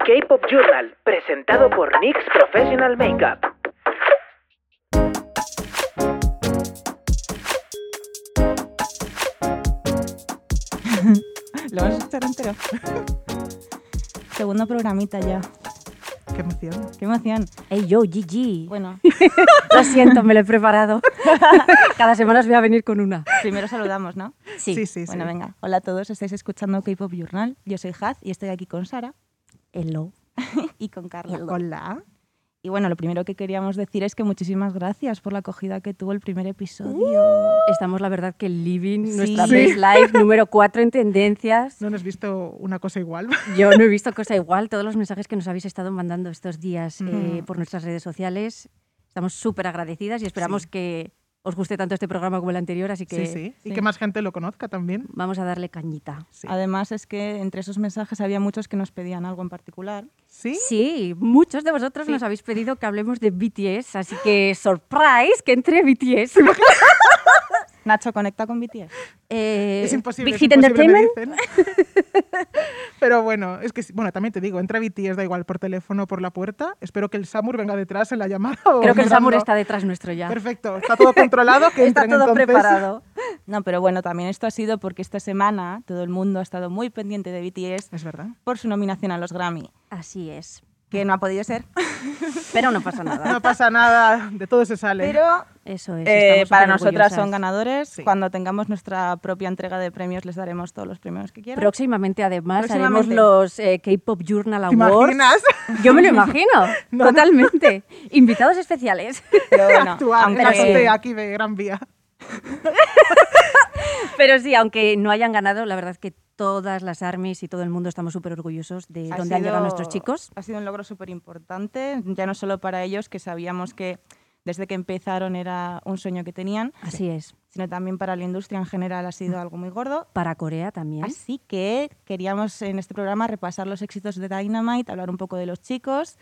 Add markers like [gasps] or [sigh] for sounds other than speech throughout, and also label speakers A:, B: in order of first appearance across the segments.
A: K-Pop Journal, presentado por NYX Professional Makeup.
B: Lo vas a escuchar entero.
C: Segundo programita ya.
B: Qué emoción.
C: Qué emoción.
D: Hey yo, Gigi.
B: [laughs]
C: Bueno,
D: Lo siento, me lo he preparado. Cada semana os voy a venir con una.
C: primero saludamos, ¿no?
D: Sí.
B: sí, sí.
C: bueno, venga. Hola a todos, estáis escuchando K-Pop Journal. Yo soy Haz y estoy aquí con Sara [laughs]
D: Hello.
C: y con Carla.
B: Hola.
C: Y bueno, lo primero que queríamos decir es que muchísimas gracias por la acogida que tuvo el primer episodio.
B: Uh,
D: Estamos, la verdad, que living
C: Sí.
D: nuestra
C: Sí.
D: best life número 4 en tendencias.
B: No nos has visto una cosa igual. [laughs]
D: Yo no he visto cosa igual. Todos los mensajes que nos habéis estado mandando estos días eh,
C: Mm.
D: por nuestras redes sociales. Estamos súper agradecidas y esperamos
B: Sí.
D: que os guste tanto este programa como el anterior. Así que
B: sí, sí. Y
C: sí.
B: que más gente lo conozca también.
D: vamos a darle cañita.
B: Sí.
C: Además es que entre esos mensajes había muchos que nos pedían algo en particular.
B: ¿Sí?
D: Sí, muchos de vosotros
C: Sí.
D: nos habéis pedido que hablemos de BTS, así que surprise que entre BTS.
C: Nacho, conecta con
B: [laughs]
C: BTS.
D: Eh,
B: Es imposible.
D: Big
B: es
D: Hit
B: imposible, me
D: Entertainment.
B: dicen. [laughs] Pero bueno, es que, sí- bueno, también te digo, entra BTS, da igual, por teléfono, por la puerta. Espero que el Samur venga detrás en la llamada. o
D: Creo que el
B: mirando.
D: Samur está detrás nuestro ya.
B: Perfecto, está todo controlado,
D: [laughs]
B: que
D: Está
B: entren,
D: todo
B: entonces.
D: preparado.
C: No, pero bueno, también esto ha sido porque esta semana todo el mundo ha estado muy pendiente de BTS
B: Es verdad.
C: por su nominación a los Grammy,
D: Así es.
C: que no ha podido ser.
D: Pero no pasa nada.
B: [laughs] No pasa nada, de todo se sale.
C: Pero
D: Eso es.
C: Eh,
D: estamos
C: para
D: superorgullosas.
C: nosotras son ganadores.
B: Sí.
C: Cuando tengamos nuestra propia entrega de premios, les daremos todos los premios que quieran.
D: Próximamente, además, haremos
C: Próximamente.
D: los eh, K-Pop Journal
B: ¿Te
D: Awards.
B: imaginas?
D: Yo me lo imagino,
B: [laughs] No, no.
D: totalmente. Invitados
B: [laughs]
D: especiales.
C: Pero bueno,
B: Actuar en
C: aunque-
B: la
D: sí.
B: azotea aquí de Gran Vía.
D: Pero sí, aunque no hayan ganado, la verdad que todas las armies y todo el mundo estamos súper orgullosos de
C: ha
D: dónde han llegado
C: sido-
D: nuestros chicos.
C: Ha sido un logro súper importante, ya no solo para ellos, que sabíamos que desde que empezaron era un sueño que tenían,
D: Así es.
C: sino también para la industria en general ha sido algo muy gordo.
D: Para Corea también.
B: Ah,
C: Así que queríamos en este programa repasar los éxitos de Dynamite, hablar un poco de los chicos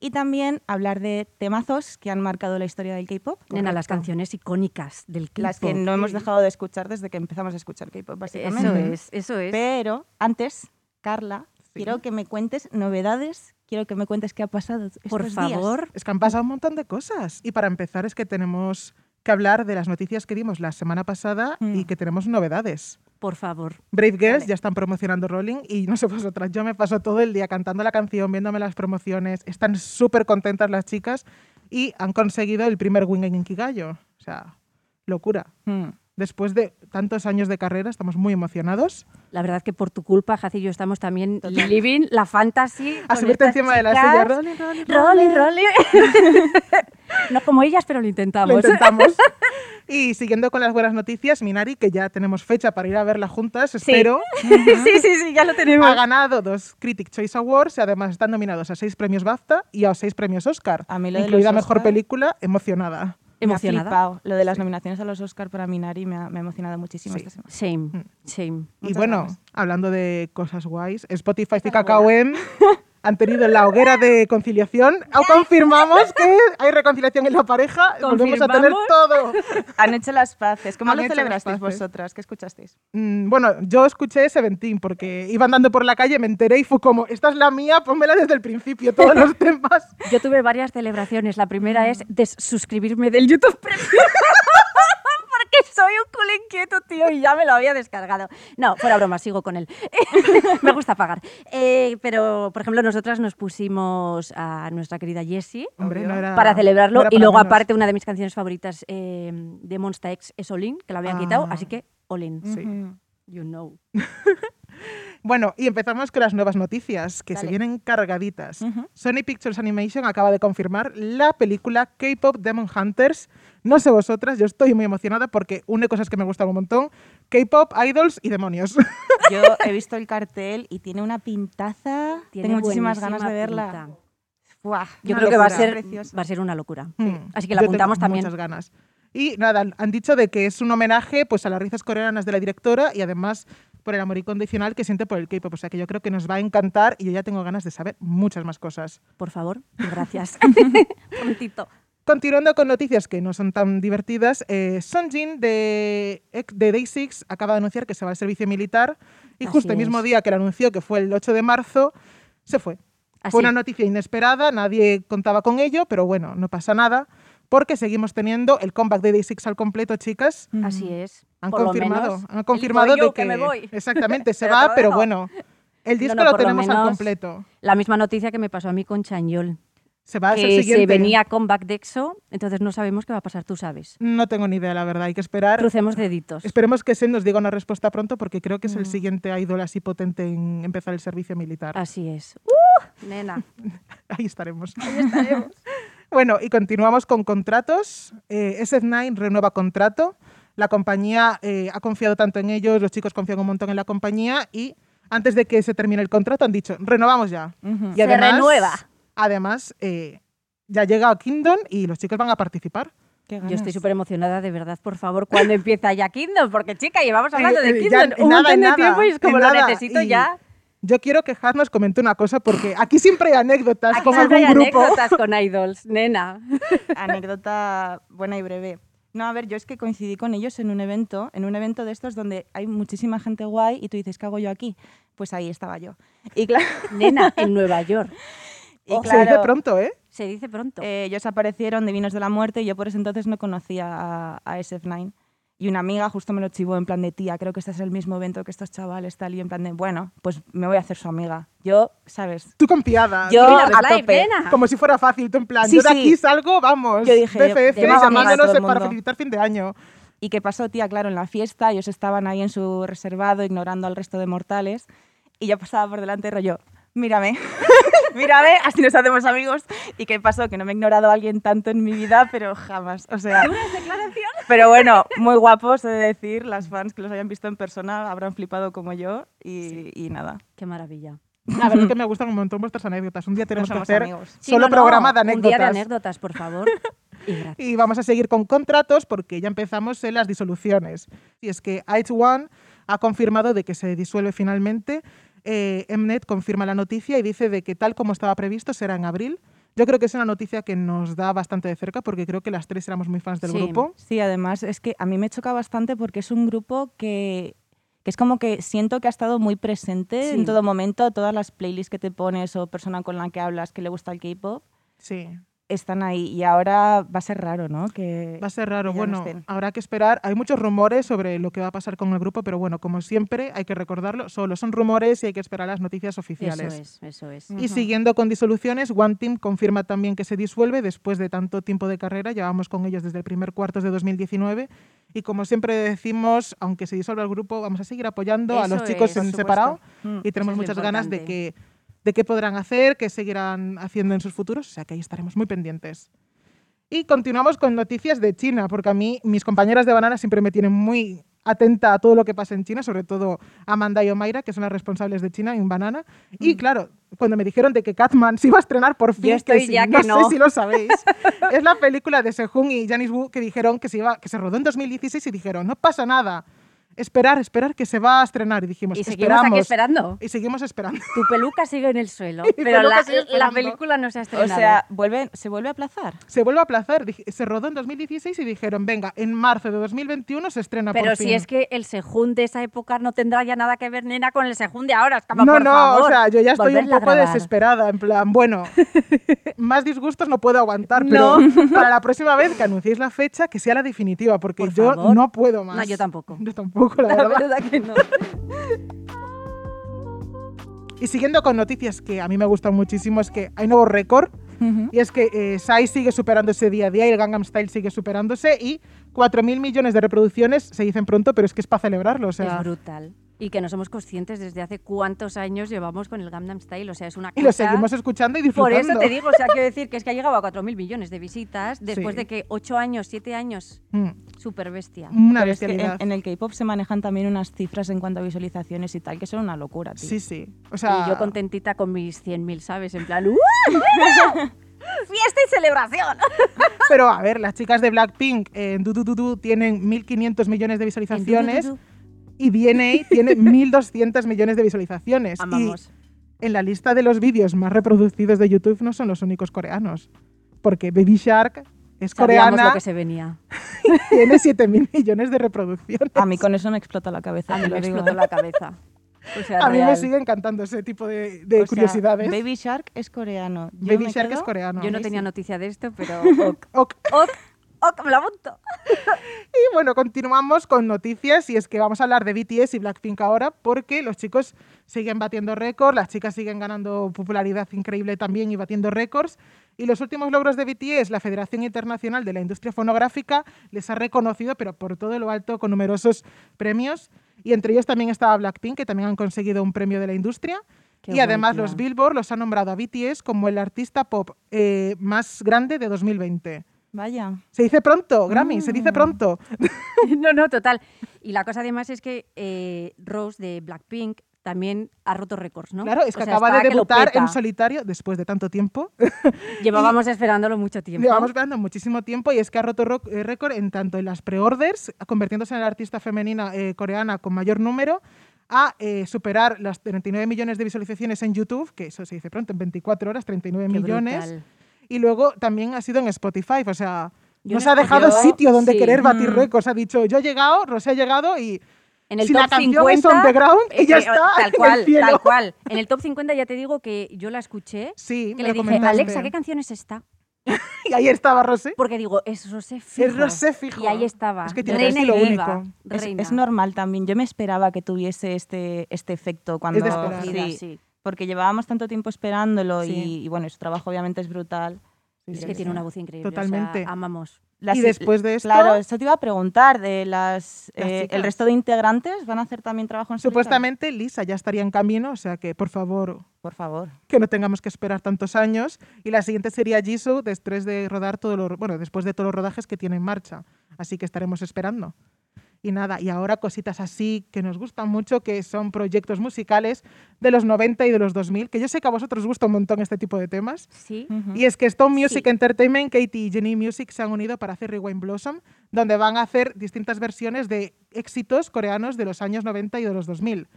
C: y también hablar de temazos que han marcado la historia del K-pop.
D: Nena, las
C: Correcto.
D: canciones icónicas del K-pop.
C: las que no hemos dejado de escuchar desde que empezamos a escuchar K-pop, básicamente.
D: Eso es, eso es.
C: Pero antes, Carla, quiero que me cuentes novedades, quiero que me cuentes qué ha pasado. estos
D: Por
C: días.
D: favor.
B: Es que han pasado un montón de cosas. Y para empezar es que tenemos que hablar de las noticias que dimos la semana pasada
C: Mm.
B: y que tenemos novedades.
D: Por favor.
B: Brave Girls
C: Vale.
B: ya están promocionando Rolling y no sé vosotras, yo me paso todo el día cantando la canción, viéndome las promociones, están súper contentas las chicas y han conseguido el primer win en Inkigayo. O sea, locura.
C: Mm.
B: Después de tantos años de carrera estamos muy emocionados.
D: La verdad que por tu culpa, Jacillo, estamos también living la fantasy.
B: A
D: con
B: subirte
D: estas
B: encima de la
D: chicas.
B: silla, Rolling, Rolling,
D: Rolling, rolling. no como ellas, pero lo intentamos.
B: Lo intentamos. [laughs] Y siguiendo con las buenas noticias, Minari, que ya tenemos fecha para ir a verla juntas,
C: [laughs]
B: espero,
D: [laughs] sí, sí, sí, ya lo
B: ha
D: tenemos.
B: ganado dos Critic Choice Awards y además están nominados a seis premios BAFTA y a seis premios Oscar,
C: A mí lo de
B: incluida
C: los
B: Mejor
C: Oscar-
B: Película, emocionada.
C: Me ha
D: Emocionada.
C: flipado. Lo de las nominaciones a los Oscar para Minari me ha, me ha emocionado muchísimo
B: Sí.
C: esta semana. [laughs]
D: Shame, shame.
B: y
C: Muchas
B: bueno,
C: ganas.
B: hablando de cosas guays, Spotify y KKOM han tenido la hoguera de conciliación.
C: [laughs]
B: O confirmamos que hay reconciliación en la pareja. Volvemos a tener
D: Confirmamos.
B: todo.
C: Han hecho las paces. ¿Cómo
B: Han
C: lo
B: hecho las
C: celebrasteis
B: paces.
C: vosotras? ¿Qué escuchasteis?
D: [laughs]
B: Mm, Bueno, yo escuché Seventeen porque iba andando por la calle, me enteré y fue como, esta es la mía, pónmela desde el principio, todos [laughs] los temas.
D: Yo tuve varias celebraciones. La primera
B: Mm.
D: es desuscribirme del YouTube Premium. [laughs] Porque soy un culo inquieto, tío, y ya me lo había descargado. No, fuera broma, sigo con él. [laughs] me gusta pagar. Eh, pero, por ejemplo, nosotras nos pusimos a nuestra querida Jessie
B: Hombre, no era-
D: para celebrarlo.
B: no era
D: y
B: para
D: luego,
B: menos.
D: aparte, una de mis canciones favoritas eh, de Monsta X es Olin, que la habían
B: Ah.
D: quitado, así que Olin,
B: Sí.
C: Ujú.
D: you know.
B: Mm. Bueno, y empezamos con las nuevas noticias, que se
D: Dale.
B: vienen cargaditas.
C: Ujú.
B: Sony Pictures Animation acaba de confirmar la película K-Pop Demon Hunters. No sé vosotras, yo estoy muy emocionada porque une cosas que me gustan un montón, K-Pop, idols y demonios. [laughs]
C: Yo he visto el cartel y tiene una pintaza.
D: Tiene
C: Tengo muchísimas
D: buenísima
C: ganas de verla.
D: pinta.
C: Buah,
D: Yo
C: una
D: creo que va a,
C: locura.
D: ser,
C: Preciosa.
D: va a ser una locura.
B: Mm.
D: Así que la
B: Yo tengo
D: apuntamos también.
B: Muchas ganas. Y nada, han dicho de que es un homenaje pues, a las risas coreanas de la directora y además por el amor incondicional que siente por el K-pop. O sea que yo creo que nos va a encantar y yo ya tengo ganas de saber muchas más cosas.
D: Por favor, y [laughs] gracias. Prontito.
B: Continuando con noticias que no son tan divertidas, eh, Sonjin de, de Day6 acaba de anunciar que se va al servicio militar y
D: Así
B: justo el
D: es.
B: mismo día que lo anunció, que fue el 8 de marzo, se fue.
D: Así.
B: Fue una noticia inesperada, nadie contaba con ello, pero bueno, no pasa nada, porque seguimos teniendo el comeback de Day6 al completo, chicas.
D: Así es.
B: Han
D: Mm, Por lo
B: confirmado,
D: menos.
B: han confirmado
D: yo
B: de
D: que me voy.
B: exactamente
D: [laughs]
B: se
D: Pero
B: va,
D: te lo
B: pero
D: dejo.
B: bueno, el disco
D: no,
B: lo
D: por lo
B: tenemos al
D: menos
B: completo.
D: La misma noticia que me pasó a mí con Chanyol,
B: Se va a ser
D: que
B: Ah, siguiente.
D: se venía comeback de EXO, entonces no sabemos qué va a pasar, tú sabes.
B: No tengo ni idea, la verdad, hay que esperar.
D: Crucemos deditos.
B: Esperemos que se nos diga una respuesta pronto porque creo que es el
D: Mm.
B: siguiente ídolo así potente en empezar el servicio militar.
D: Así es. ¡Uh! Nena.
B: [laughs] Ahí estaremos. [laughs] bueno, y continuamos con contratos. Eh, SF9 renueva contrato. La compañía eh, ha confiado tanto en ellos, los chicos confían un montón en la compañía y antes de que se termine el contrato han dicho, renovamos ya.
C: Ujú.
B: Y
D: Se renueva.
B: Además, eh, ya ha llegado Kingdom y los chicos van a participar.
C: Qué
D: Yo estoy
C: ganas.
D: súper emocionada, de verdad, por favor,
B: [laughs]
D: cuando empieza ya Kingdom, porque chica, llevamos hablando
B: Eh,
D: de
B: eh, ya
D: Kingdom
B: en
D: un
B: nada,
D: montón
B: en
D: de
B: nada,
D: tiempo y es
B: en
D: como lo
B: nada,
D: necesito
B: y-
D: ya.
B: Yo quiero que Haz nos comente una cosa porque aquí siempre hay anécdotas
D: Aquí
B: con
D: siempre
B: algún
D: hay
B: grupo.
D: anécdotas
B: [laughs]
D: con idols, nena.
C: anécdota buena y breve. No, a ver, yo es que coincidí con ellos en un evento, en un evento de estos donde hay muchísima gente guay y tú dices, ¿qué hago yo aquí? Pues ahí estaba yo. Y, cla-
D: Nena, en Nueva York.
C: y
B: [laughs] Oh, Se dice
C: claro,
B: pronto, ¿eh?
D: Se dice pronto.
C: eh, ellos aparecieron Divinos de la Muerte y yo por ese entonces no conocía a, a SF9. Y una amiga justo me lo chivó en plan de tía, creo que este es el mismo evento que estos chavales, tal, y en plan de, bueno, pues me voy a hacer su amiga. Yo, ¿sabes?
B: Tú confiada.
C: Yo
B: tú
D: Mira,
C: a
D: Live,
C: tope.
D: nena.
B: Como si fuera fácil, tú en plan,
C: Sí,
B: yo de
C: sí.
B: aquí salgo, vamos.
C: Yo dije,
B: BFF,
C: yo- yo-
B: llamándonos
C: todo el
B: para
C: mundo.
B: felicitar fin de año.
C: ¿Y qué pasó, tía? Claro, en la fiesta ellos estaban ahí en su reservado ignorando al resto de mortales y yo pasaba por delante rollo, mírame, [laughs] mírame, así nos hacemos amigos. ¿Y qué pasó? Que no me ha ignorado a alguien tanto en mi vida, pero jamás. O sea, pero bueno, muy guapos he de decir, las fans que los hayan visto en persona habrán flipado como yo y, y nada.
D: Qué maravilla.
B: La verdad es que me gustan un montón vuestras anécdotas. Un día tenemos que
C: somos
B: hacer
C: amigos.
D: Sí,
B: solo
D: no, no,
B: programa de
D: Un día de
B: anécdotas.
D: anécdotas, por
B: [laughs]
D: favor. Y gracias.
B: y vamos a seguir con contratos porque ya empezamos en las disoluciones. Y es que h One ha confirmado de que se disuelve finalmente. Eh, Mnet confirma la noticia y dice de que tal como estaba previsto será en abril. Yo creo que es una noticia que nos da bastante de cerca porque creo que las tres éramos muy fans del
D: Sí.
B: grupo.
C: Sí, además es que a mí me choca bastante porque es un grupo que, que es como que siento que ha estado muy presente
D: Sí.
C: en todo momento. Todas las playlists que te pones o persona con la que hablas que le gusta el K-pop
B: Sí.
C: están ahí. Y ahora va a ser raro, ¿no? Que
B: Va a ser raro.
C: que ya no
B: Bueno,
C: estén.
B: habrá que esperar. Hay muchos rumores sobre lo que va a pasar con el grupo, pero bueno, como siempre, hay que recordarlo. Solo son rumores y hay que esperar las noticias
D: Eso
B: oficiales.
D: es, eso es.
B: Y siguiendo con disoluciones, One Team confirma también que se disuelve después de tanto tiempo de carrera. Llevamos con ellos desde el primer cuartos de 2019. Y como siempre decimos, aunque se disuelva el grupo, vamos a seguir apoyando a
D: Eso
B: los chicos
D: es, por
B: en
D: supuesto.
B: separado.
C: Mm,
B: Y tenemos
D: es lo
B: muchas ganas de
D: importante.
B: que de qué podrán hacer, qué seguirán haciendo en sus futuros. O sea que ahí estaremos muy pendientes. Y continuamos con noticias de China, porque a mí mis compañeras de Banana siempre me tienen muy atenta a todo lo que pasa en China, sobre todo Amanda y Omaira, que son las responsables de China en Banana.
D: Mm.
B: Y claro, cuando me dijeron de que Catman [laughs] se iba a estrenar por fin,
D: estoy
B: que si-
D: ya que
B: no,
D: no.
B: sé si lo
D: [laughs]
B: sabéis, es la película de Sehun y Janice Wu que dijeron que se, iba, que se rodó en 2016 y dijeron, no pasa nada, esperar, esperar, que se va a estrenar. Y dijimos,
D: Y seguimos aquí
B: esperamos.
D: esperando.
B: y seguimos esperando. [laughs]
D: Tu peluca sigue en el suelo, pero
B: peluca
D: la,
B: sigue
D: la
B: esperando.
D: película no se
C: O
D: ha estrenado.
C: sea, vuelve, se vuelve a aplazar.
B: se vuelve a aplazar. Dij- Se rodó en 2016 y dijeron, venga, en marzo de 2021 se estrena
D: pero
B: por
D: si
B: fin".
D: es que el Sejún de esa época no tendrá ya nada que ver, nena, con el Sejún de ahora. Es como,
B: No,
D: por
B: no,
D: favor,
B: o sea, yo ya estoy un
D: volverla a
B: poco
D: grabar.
B: desesperada, en
D: [laughs]
B: plan, bueno, más disgustos no puedo aguantar,
D: No.
B: pero [laughs] para la próxima vez que anunciéis la fecha, que sea la definitiva, porque
D: Por
B: yo
D: favor.
B: no puedo más.
D: No, yo tampoco.
B: Yo tampoco,
D: [laughs]
B: la
D: La
B: verdad.
D: verdad que no.
B: Y siguiendo con noticias que a mí me gustan muchísimo, es que hay nuevo récord. Y es que eh, Psy sigue superándose día a día y el Gangnam Style sigue superándose y 4.000 millones de reproducciones se dicen pronto, pero es que es para celebrarlo. O sea,
D: Es brutal. Y que no somos conscientes desde hace cuántos años llevamos con el Gangnam Style. O sea, es una cosa...
B: Y lo seguimos escuchando y
D: Por eso
B: disfrutando.
D: te digo, o sea, quiero decir que es que ha llegado a 4.000 millones de visitas después
B: Sí.
D: de que 8 años, 7 años,
B: Mm,
D: súper bestia.
B: Una
C: Pero es que en-
B: bestialidad.
C: en, el K-pop se manejan también unas cifras en cuanto a visualizaciones y tal, que son una locura, tío.
B: Sí, sí. O sea,
D: Y yo contentita con mis 100.000, ¿sabes? En plan, ¡uh! [laughs] ¡Fiesta y celebración!
B: pero a ver, las chicas de Blackpink eh, en Du Du Du Du tienen 1.500 millones de visualizaciones
D: En tu, tu,
B: y DNA
D: [laughs]
B: tiene 1.200 millones de visualizaciones.
D: tu. Amamos.
B: Y en la lista de los vídeos más reproducidos de YouTube no son los únicos coreanos, porque Baby Shark es
D: Sabíamos
B: coreana
D: lo que se venía.
B: y tiene 7.000 millones de reproducciones.
C: A mí con eso me explota la cabeza.
D: A
C: te
D: mí
C: lo
D: me
C: digo,
D: explotó
C: ¿eh?
D: la cabeza. O sea,
B: A mí me
D: real.
B: sigue encantando ese tipo de, de
C: O sea,
B: curiosidades.
C: Baby Shark es coreano. Yo
B: Baby
C: me
B: Shark es
C: quedo-
B: coreano.
D: Yo no
C: Sí,
D: tenía
C: sí.
D: noticia de esto, pero.
B: [laughs]
D: Ok,
B: Ok,
D: ok, ok, me lo apunto. [laughs]
B: Y bueno, continuamos con noticias y es que vamos a hablar de BTS y Blackpink ahora porque los chicos siguen batiendo récords, las chicas siguen ganando popularidad increíble también y batiendo récords. Y los últimos logros de BTS, la Federación Internacional de la Industria Fonográfica les ha reconocido, pero por todo lo alto, con numerosos premios. Y entre ellos también estaba Blackpink, que también han conseguido un premio de la industria.
D: Qué
B: y además
D: guay, tía.
B: los Billboard los ha nombrado a BTS como el artista pop eh, más grande de 2020.
C: Vaya.
B: Se dice pronto, Grammy, se
D: Mm.
B: dice pronto.
D: No, no, total. Y la cosa además es que eh, Rose de Blackpink también ha roto récords, ¿no?
B: Claro, es
D: O
B: que
D: sea,
B: acaba
D: está
B: de
D: que lo
B: debutar
D: peta.
B: en solitario después de tanto tiempo.
D: Llevábamos esperándolo mucho tiempo.
B: [laughs] Llevamos esperando muchísimo tiempo y es que ha roto ro- eh, récord en tanto en las pre-orders, convirtiéndose en la artista femenina eh, coreana con mayor número, a eh, superar las 39 millones de visualizaciones en YouTube, que eso se dice pronto, en 24 horas, 39
D: Qué
B: millones.
D: brutal.
B: Y luego también ha sido en Spotify, o sea,
D: Yo
B: nos
D: no-
B: ha dejado
D: yo-
B: sitio donde
D: sí.
B: querer batir
C: Mm.
B: récords. Ha dicho, yo he llegado, Rosé ha llegado y
D: En el
B: si
D: top
B: la canción
D: 50,
B: es underground,
D: eh,
B: ella
D: eh,
B: está en
D: Tal
B: el
D: cual,
B: cielo.
D: tal cual. En el top 50 ya te digo que yo la escuché,
B: sí,
D: que
B: me
D: le
B: lo
D: dije,
B: comentaste.
D: Alexa, ¿qué canción es esta?
B: Y ahí estaba Rosé.
D: Porque digo, es Rosé fijo.
B: Es Rosé fijo.
D: Y ahí estaba,
B: Es que tiene
D: reina y
B: estilo
D: viva.
B: único.
C: Es,
D: Reina.
C: es normal también. Yo me esperaba que tuviese este, este efecto cuando.
B: Es de esperar.
D: Cogida,
C: sí,
D: sí.
C: Porque llevábamos tanto tiempo esperándolo y-
B: Sí.
C: y, bueno, su trabajo obviamente es brutal.
D: Es
B: Sí,
D: que
B: sí,
D: tiene
B: sí.
D: una voz increíble. o sea,
B: Totalmente.
D: amamos.
C: Las-
B: y después de esto,
C: Claro, eso te iba a preguntar. De las,
B: Las
C: eh,
B: chicas.
C: ¿El resto de integrantes van a hacer también trabajo en solitario?
B: supuestamente Lisa ya estaría en camino, o sea que por favor
C: Por favor.
B: que no tengamos que esperar tantos años. Y la siguiente sería Jisoo después de rodar todo lo- bueno, después de todos los rodajes que tiene en marcha. Así que estaremos esperando. Y nada, y ahora cositas así que nos gustan mucho, que son proyectos musicales de los 90 y de los 2000, que yo sé que a vosotros os gusta un montón este tipo de temas.
D: Sí.
B: Y es que Stone Music
D: Sí.
B: Entertainment, Katie y Jenny Music se han unido para hacer Rewind Blossom, donde van a hacer distintas versiones de éxitos coreanos de los años 90 y de los 2000.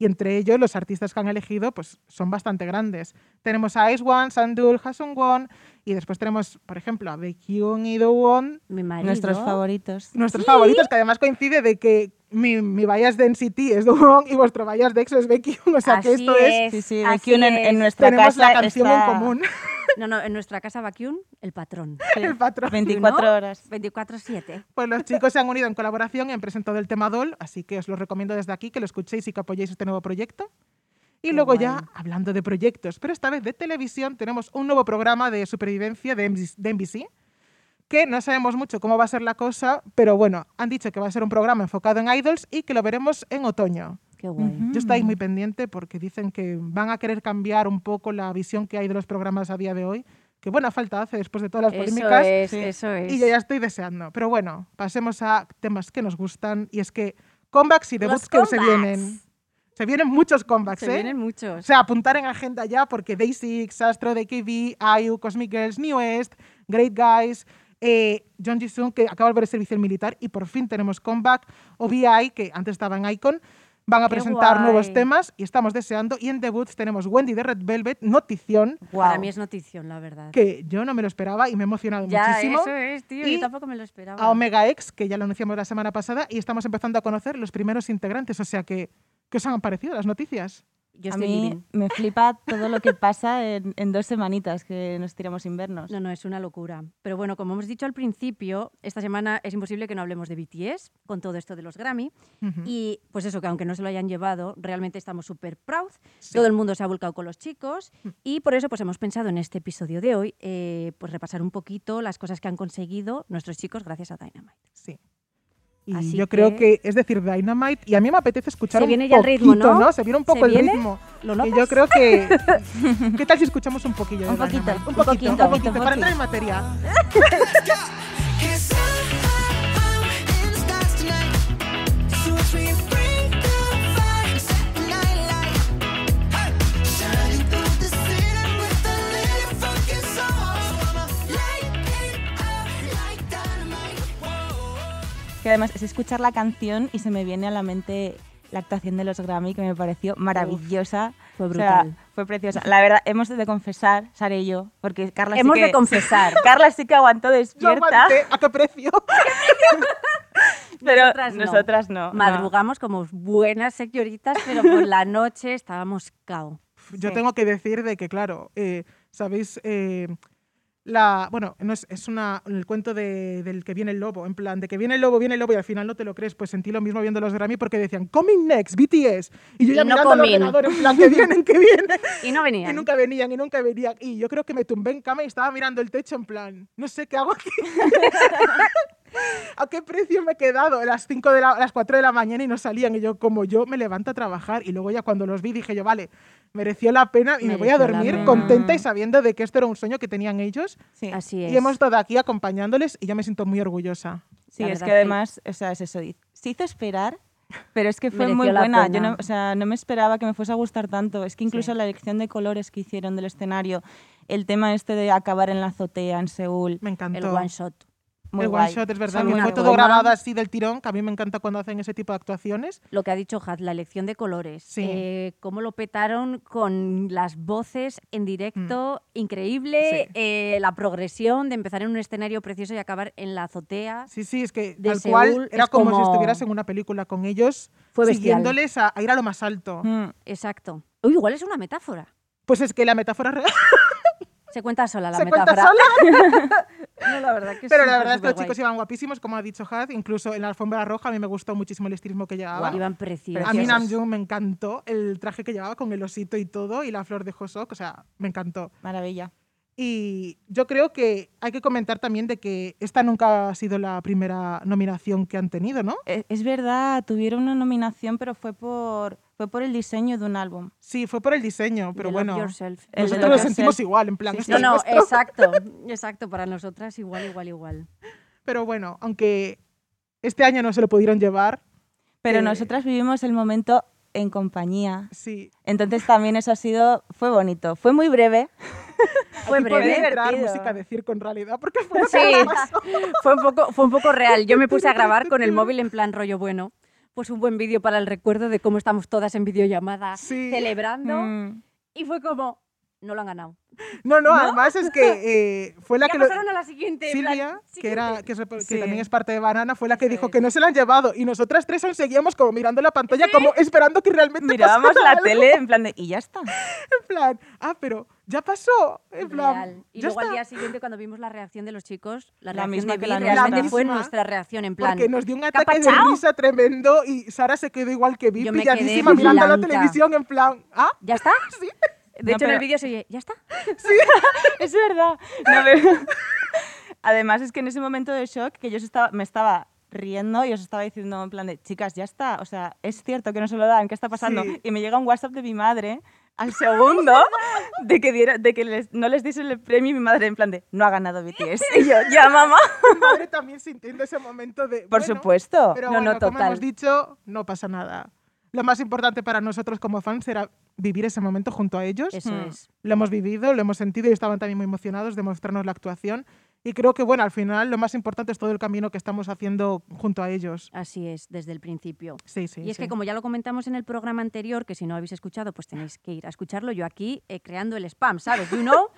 B: Y entre ellos, los artistas que han elegido pues, son bastante grandes. Tenemos a Ice One, Sandul, Hasun Won, y después tenemos, por ejemplo, a Baekhyun y Do Won,
D: Mi marido.
C: Nuestros favoritos.
B: nuestros favoritos, que además coincide de que mi, mi bias de NCT es Do Won y vuestro bias de EXO es Baekhyun, o sea que
D: Así
B: esto es...
D: Es,
C: Sí, sí,
D: Pues así
C: Baekhyun en, en
D: es.
C: nuestra
B: Tenemos
C: casa
B: la canción
C: está [laughs]
B: en común,
D: No, no, en nuestra casa Vacuum, el
B: [laughs]
D: patrón.
B: el patrón.
C: 24 horas.
D: 24-7.
B: Pues los chicos se han unido en colaboración y han presentado el tema DOL, así que os lo recomiendo desde aquí que lo escuchéis y que apoyéis este nuevo proyecto. Y luego ya, hablando de proyectos, pero esta vez de televisión, tenemos un nuevo programa de supervivencia de MBC, de NBC, que no sabemos mucho cómo va a ser la cosa, pero bueno, han dicho que va a ser un programa enfocado en idols y que lo veremos en otoño.
D: Qué guay.
B: Yo estáis
D: Mm.
B: muy pendiente porque dicen que van a querer cambiar un poco la visión que hay de los programas a día de hoy, que buena falta hace después de todas las
D: Eso
B: polémicas.
D: es,
C: sí.
D: eso es.
B: Y yo ya estoy deseando. Pero bueno, pasemos a temas que nos gustan. Y es que comebacks y debuts
D: Los
B: que se
D: comebacks.
B: vienen. Se vienen muchos comebacks,
D: Se
B: ¿eh?
D: vienen
B: O
D: muchos.
B: sea, apuntar en agenda ya porque Day6, Astro, DKB, IU, Cosmic Girls, New East, Great Guys, eh, John Jisung, que acaba de volver el servicio militar y por fin tenemos comeback, OBI, que antes estaba en Icon, van a
D: ¡Qué
B: presentar nuevos
D: guay!
B: temas y estamos deseando. Y en debuts tenemos Wendy de Red Velvet, Notición,
D: Para
C: Guau.
D: mí es notición, la verdad.
B: que yo no me lo esperaba y me he emocionado
D: ya,
B: muchísimo
D: eso es, tío.
B: Y
D: Yo tampoco me lo esperaba.
B: a Omega X, que ya lo anunciamos la semana pasada, y estamos empezando a conocer los primeros integrantes. O sea que, ¿qué os han parecido las noticias?
D: Yo
C: a
D: estoy
C: mí
D: living.
C: me flipa todo lo que pasa en, en dos semanitas que nos tiramos invernos.
D: No, no, es una locura. Pero bueno, como hemos dicho al principio, esta semana es imposible que no hablemos de BTS con todo esto de los Grammy.
B: Ujú.
D: Y pues eso, que aunque no se lo hayan llevado, realmente estamos súper proud.
B: Sí.
D: Todo el mundo se ha volcado con los chicos. Y por eso pues hemos pensado en este episodio de hoy, eh, pues repasar un poquito las cosas que han conseguido nuestros chicos gracias a Dynamite.
B: Sí. Y
D: Así
B: yo creo
D: que-
B: que, es decir, Dynamite, y a mí me apetece escuchar
D: Se
B: un
D: viene ya el ritmo,
B: poquito,
D: ¿no?
B: Se viene un poco
D: ¿Se
B: el
D: viene?
B: ritmo.
D: ¿Lo
B: Y
D: notas?
B: yo
D: [laughs]
B: creo que... ¿Qué tal si escuchamos un poquillo de
D: Un poquito,
B: Dynamite?
D: un poquito,
B: un
D: poquito,
B: poquito, para
D: poquito.
B: entrar en materia.
E: Cause I, I'm in the stars tonight. So watch me bring the fire and set the night light. Hey, shining through the city with a little fucking soul. So I'ma light it up like dynamite. Whoa.
C: Que además es escuchar la canción y se me viene a la mente la actuación de los Grammy que me pareció maravillosa.
D: fue
C: O sea,
D: brutal.
C: fue preciosa. La verdad, hemos de confesar, Sara y yo, porque Carla sí
D: Hemos
C: que- [laughs]
D: de confesar.
C: Carla sí que aguantó
B: Yo
D: [laughs]
C: despierta.
B: aguanté, ¿a qué precio?
C: Pero
D: Nosotras no.
C: nosotras no. no.
D: Madrugamos como buenas señoritas, pero por la noche estábamos cao.
B: Yo
C: Sí.
B: tengo que decir de que, claro, eh, sabéis, eh, la, bueno, no es, es una, el cuento de- del que viene el lobo, en plan, de que viene el lobo, viene el lobo y al final no te lo crees, pues sentí lo mismo viendo los Grammy porque decían, coming next, BTS. Y yo ya
D: Y no
B: mirando al
D: coming.
B: ordenador, en plan, que vienen,
D: [laughs]
B: que vienen.
D: Y no
B: Y
D: venían.
B: nunca venían, y nunca venían. Y yo creo que me tumbé en cama y estaba mirando el techo en plan, no sé qué hago aquí. [laughs] ¿A qué precio me he quedado? A las, 5 de la, a las 4 de la mañana y no salían. Y yo, como yo, me levanto a trabajar. Y luego ya cuando los vi dije yo, vale, mereció la pena y me voy a
D: Mereció la
B: dormir
D: pena.
B: contenta y sabiendo de que esto era un sueño que tenían ellos.
C: Sí.
D: Así es.
B: Y hemos estado aquí acompañándoles y yo me siento muy orgullosa.
C: Sí,
D: La
C: es que
D: verdad es que-
C: además, o sea, es eso. y- Se hizo esperar, pero es que fue
D: Mereció
C: muy
D: la
C: buena. Yo
D: pena.
C: no, o sea, no me esperaba que me fuese a gustar tanto. Es que incluso la elección de colores que hicieron del escenario, el tema este de acabar en la azotea en Seúl,
B: Me encantó.
D: el one shot.
C: muy
B: El one
C: guay.
B: shot, es verdad,
D: Son
B: que
D: una
B: fue todo
D: broma.
B: grabado así del tirón, que a mí me encanta cuando hacen ese tipo de actuaciones.
D: Lo que ha dicho Had, la elección de colores.
B: Sí.
D: Eh, cómo lo petaron con las voces en directo, increíble.
B: Mm. Sí.
D: eh, la progresión de empezar en un escenario precioso y acabar en la azotea.
B: Sí, sí, es que
D: de
B: tal
D: Seúl
B: cual era
D: es
B: como, si
D: como-
B: estuvieras en una película con ellos,
D: Fue bestial.
B: siguiéndoles a, a ir a lo más alto.
C: Mm.
D: Exacto. Uy, igual es una metáfora.
B: Pues es que la metáfora es real,
D: Se cuenta sola la
B: [laughs] se
D: metáfora.
B: cuenta sola,
D: No, la verdad que [laughs] es
B: pero la
D: súper,
B: verdad estos
D: superguay.
B: chicos iban guapísimos, como ha dicho Haz, incluso en la alfombra roja a mí me gustó muchísimo el estilismo que llevaba.
D: Guau, Iban
B: a
D: preciosos.
B: mí Namjoon me encantó el traje que llevaba con el osito y todo y la flor de Hoseok, o sea, me encantó.
C: Maravilla.
B: Y yo creo que hay que comentar también de que esta nunca ha sido la primera nominación que han tenido, ¿no?
C: Eh, Es verdad, tuvieron una nominación, pero fue por, fue por el diseño de un álbum.
B: Sí, fue por el diseño, pero
D: The Love
B: bueno,
D: Yourself.
C: El de
B: nosotros
C: Love
B: lo
C: Yourself.
B: sentimos igual, en plan,
C: Sí,
B: [laughs]
D: No,
B: esto es
D: no,
B: nuestro.
D: exacto. Exacto, para nosotras igual, igual, igual.
B: Pero bueno, aunque este año no se lo pudieron llevar,
C: Pero
B: Eh.
C: nosotras vivimos el momento en compañía.
B: sí.
C: Entonces también eso ha sido, fue bonito. Fue muy breve.
D: Fue
B: Aquí podría
D: breve.
B: entrar
C: divertido.
B: música de circo en realidad, porque fue lo [laughs] que
D: Sí.
B: nos pasó.
D: Fue un, poco, fue un poco real. Yo me puse a grabar con el móvil en plan rollo bueno. Pues un buen vídeo para el recuerdo de cómo estamos todas en videollamada
B: Sí.
D: celebrando.
C: Mm.
D: Y fue como, no lo han ganado.
B: No, no, además es que eh, fue la
D: ya
B: que lo-
D: pasaron a la siguiente. en plan,
B: Silvia, que, era,
D: siguiente.
B: que, es rep- que
C: Sí.
B: también es parte de Banana, fue la que
D: Eso
B: dijo
D: es.
B: que no se la han llevado. Y nosotras tres aún seguíamos como mirando la pantalla, como esperando que realmente
C: [laughs] Mirábamos
B: pasara
C: la
B: algo,
C: tele en plan de, y ya está.
B: En plan, ah, pero ya pasó. En plan,
D: Real. Y
B: ya
D: luego al
B: está.
D: día siguiente cuando vimos la reacción de los chicos, la,
C: La
D: reacción
C: misma
D: de
C: que
D: Vic
C: la nuestra.
D: realmente fue
B: Misma.
D: nuestra reacción en plan.
B: Porque nos dio un
D: "¿Qué ha
B: ataque de
D: pachao?".
B: risa tremendo y Sara se quedó igual que vi,
D: Yo me
B: pilladísima,
D: quedé
B: mirando la
D: blanca.
B: televisión en plan, ah,
D: ¿Ya está?
B: sí.
D: De
C: No,
D: hecho, en el
C: pero-
D: vídeo se oye, ¿ya está?
C: [laughs] Es verdad. No, pero- [laughs] Además es que en ese momento de shock que yo os estaba, me estaba riendo y os estaba diciendo en plan de, chicas, ya está. O sea, es cierto que no se lo dan, ¿qué está pasando?
B: Sí.
C: Y me llega un WhatsApp de mi madre al
B: [laughs]
C: segundo de que, diera- de que les- no les diesen el premio y mi madre en plan de, no ha ganado BTS. Y yo, ya mamá. [laughs]
B: Mi madre también sintiendo ese momento de.
C: Por
B: bueno,
C: supuesto.
B: Pero
D: No,
B: bueno,
D: no,
B: como
D: total.
B: hemos dicho, no pasa nada. Lo más importante para nosotros como fans era vivir ese momento junto a ellos.
D: Eso
C: Mm.
D: es.
B: Lo hemos vivido, lo hemos sentido y estaban también muy emocionados de mostrarnos la actuación. Y creo que, bueno, al final lo más importante es todo el camino que estamos haciendo junto a ellos.
D: Así es, desde el principio.
B: Sí, sí.
D: Y es
B: sí.
D: que como ya lo comentamos en el programa anterior, que si no habéis escuchado, pues tenéis que ir a escucharlo. Yo aquí eh, creando el spam, ¿sabes? You
B: [laughs]
D: know.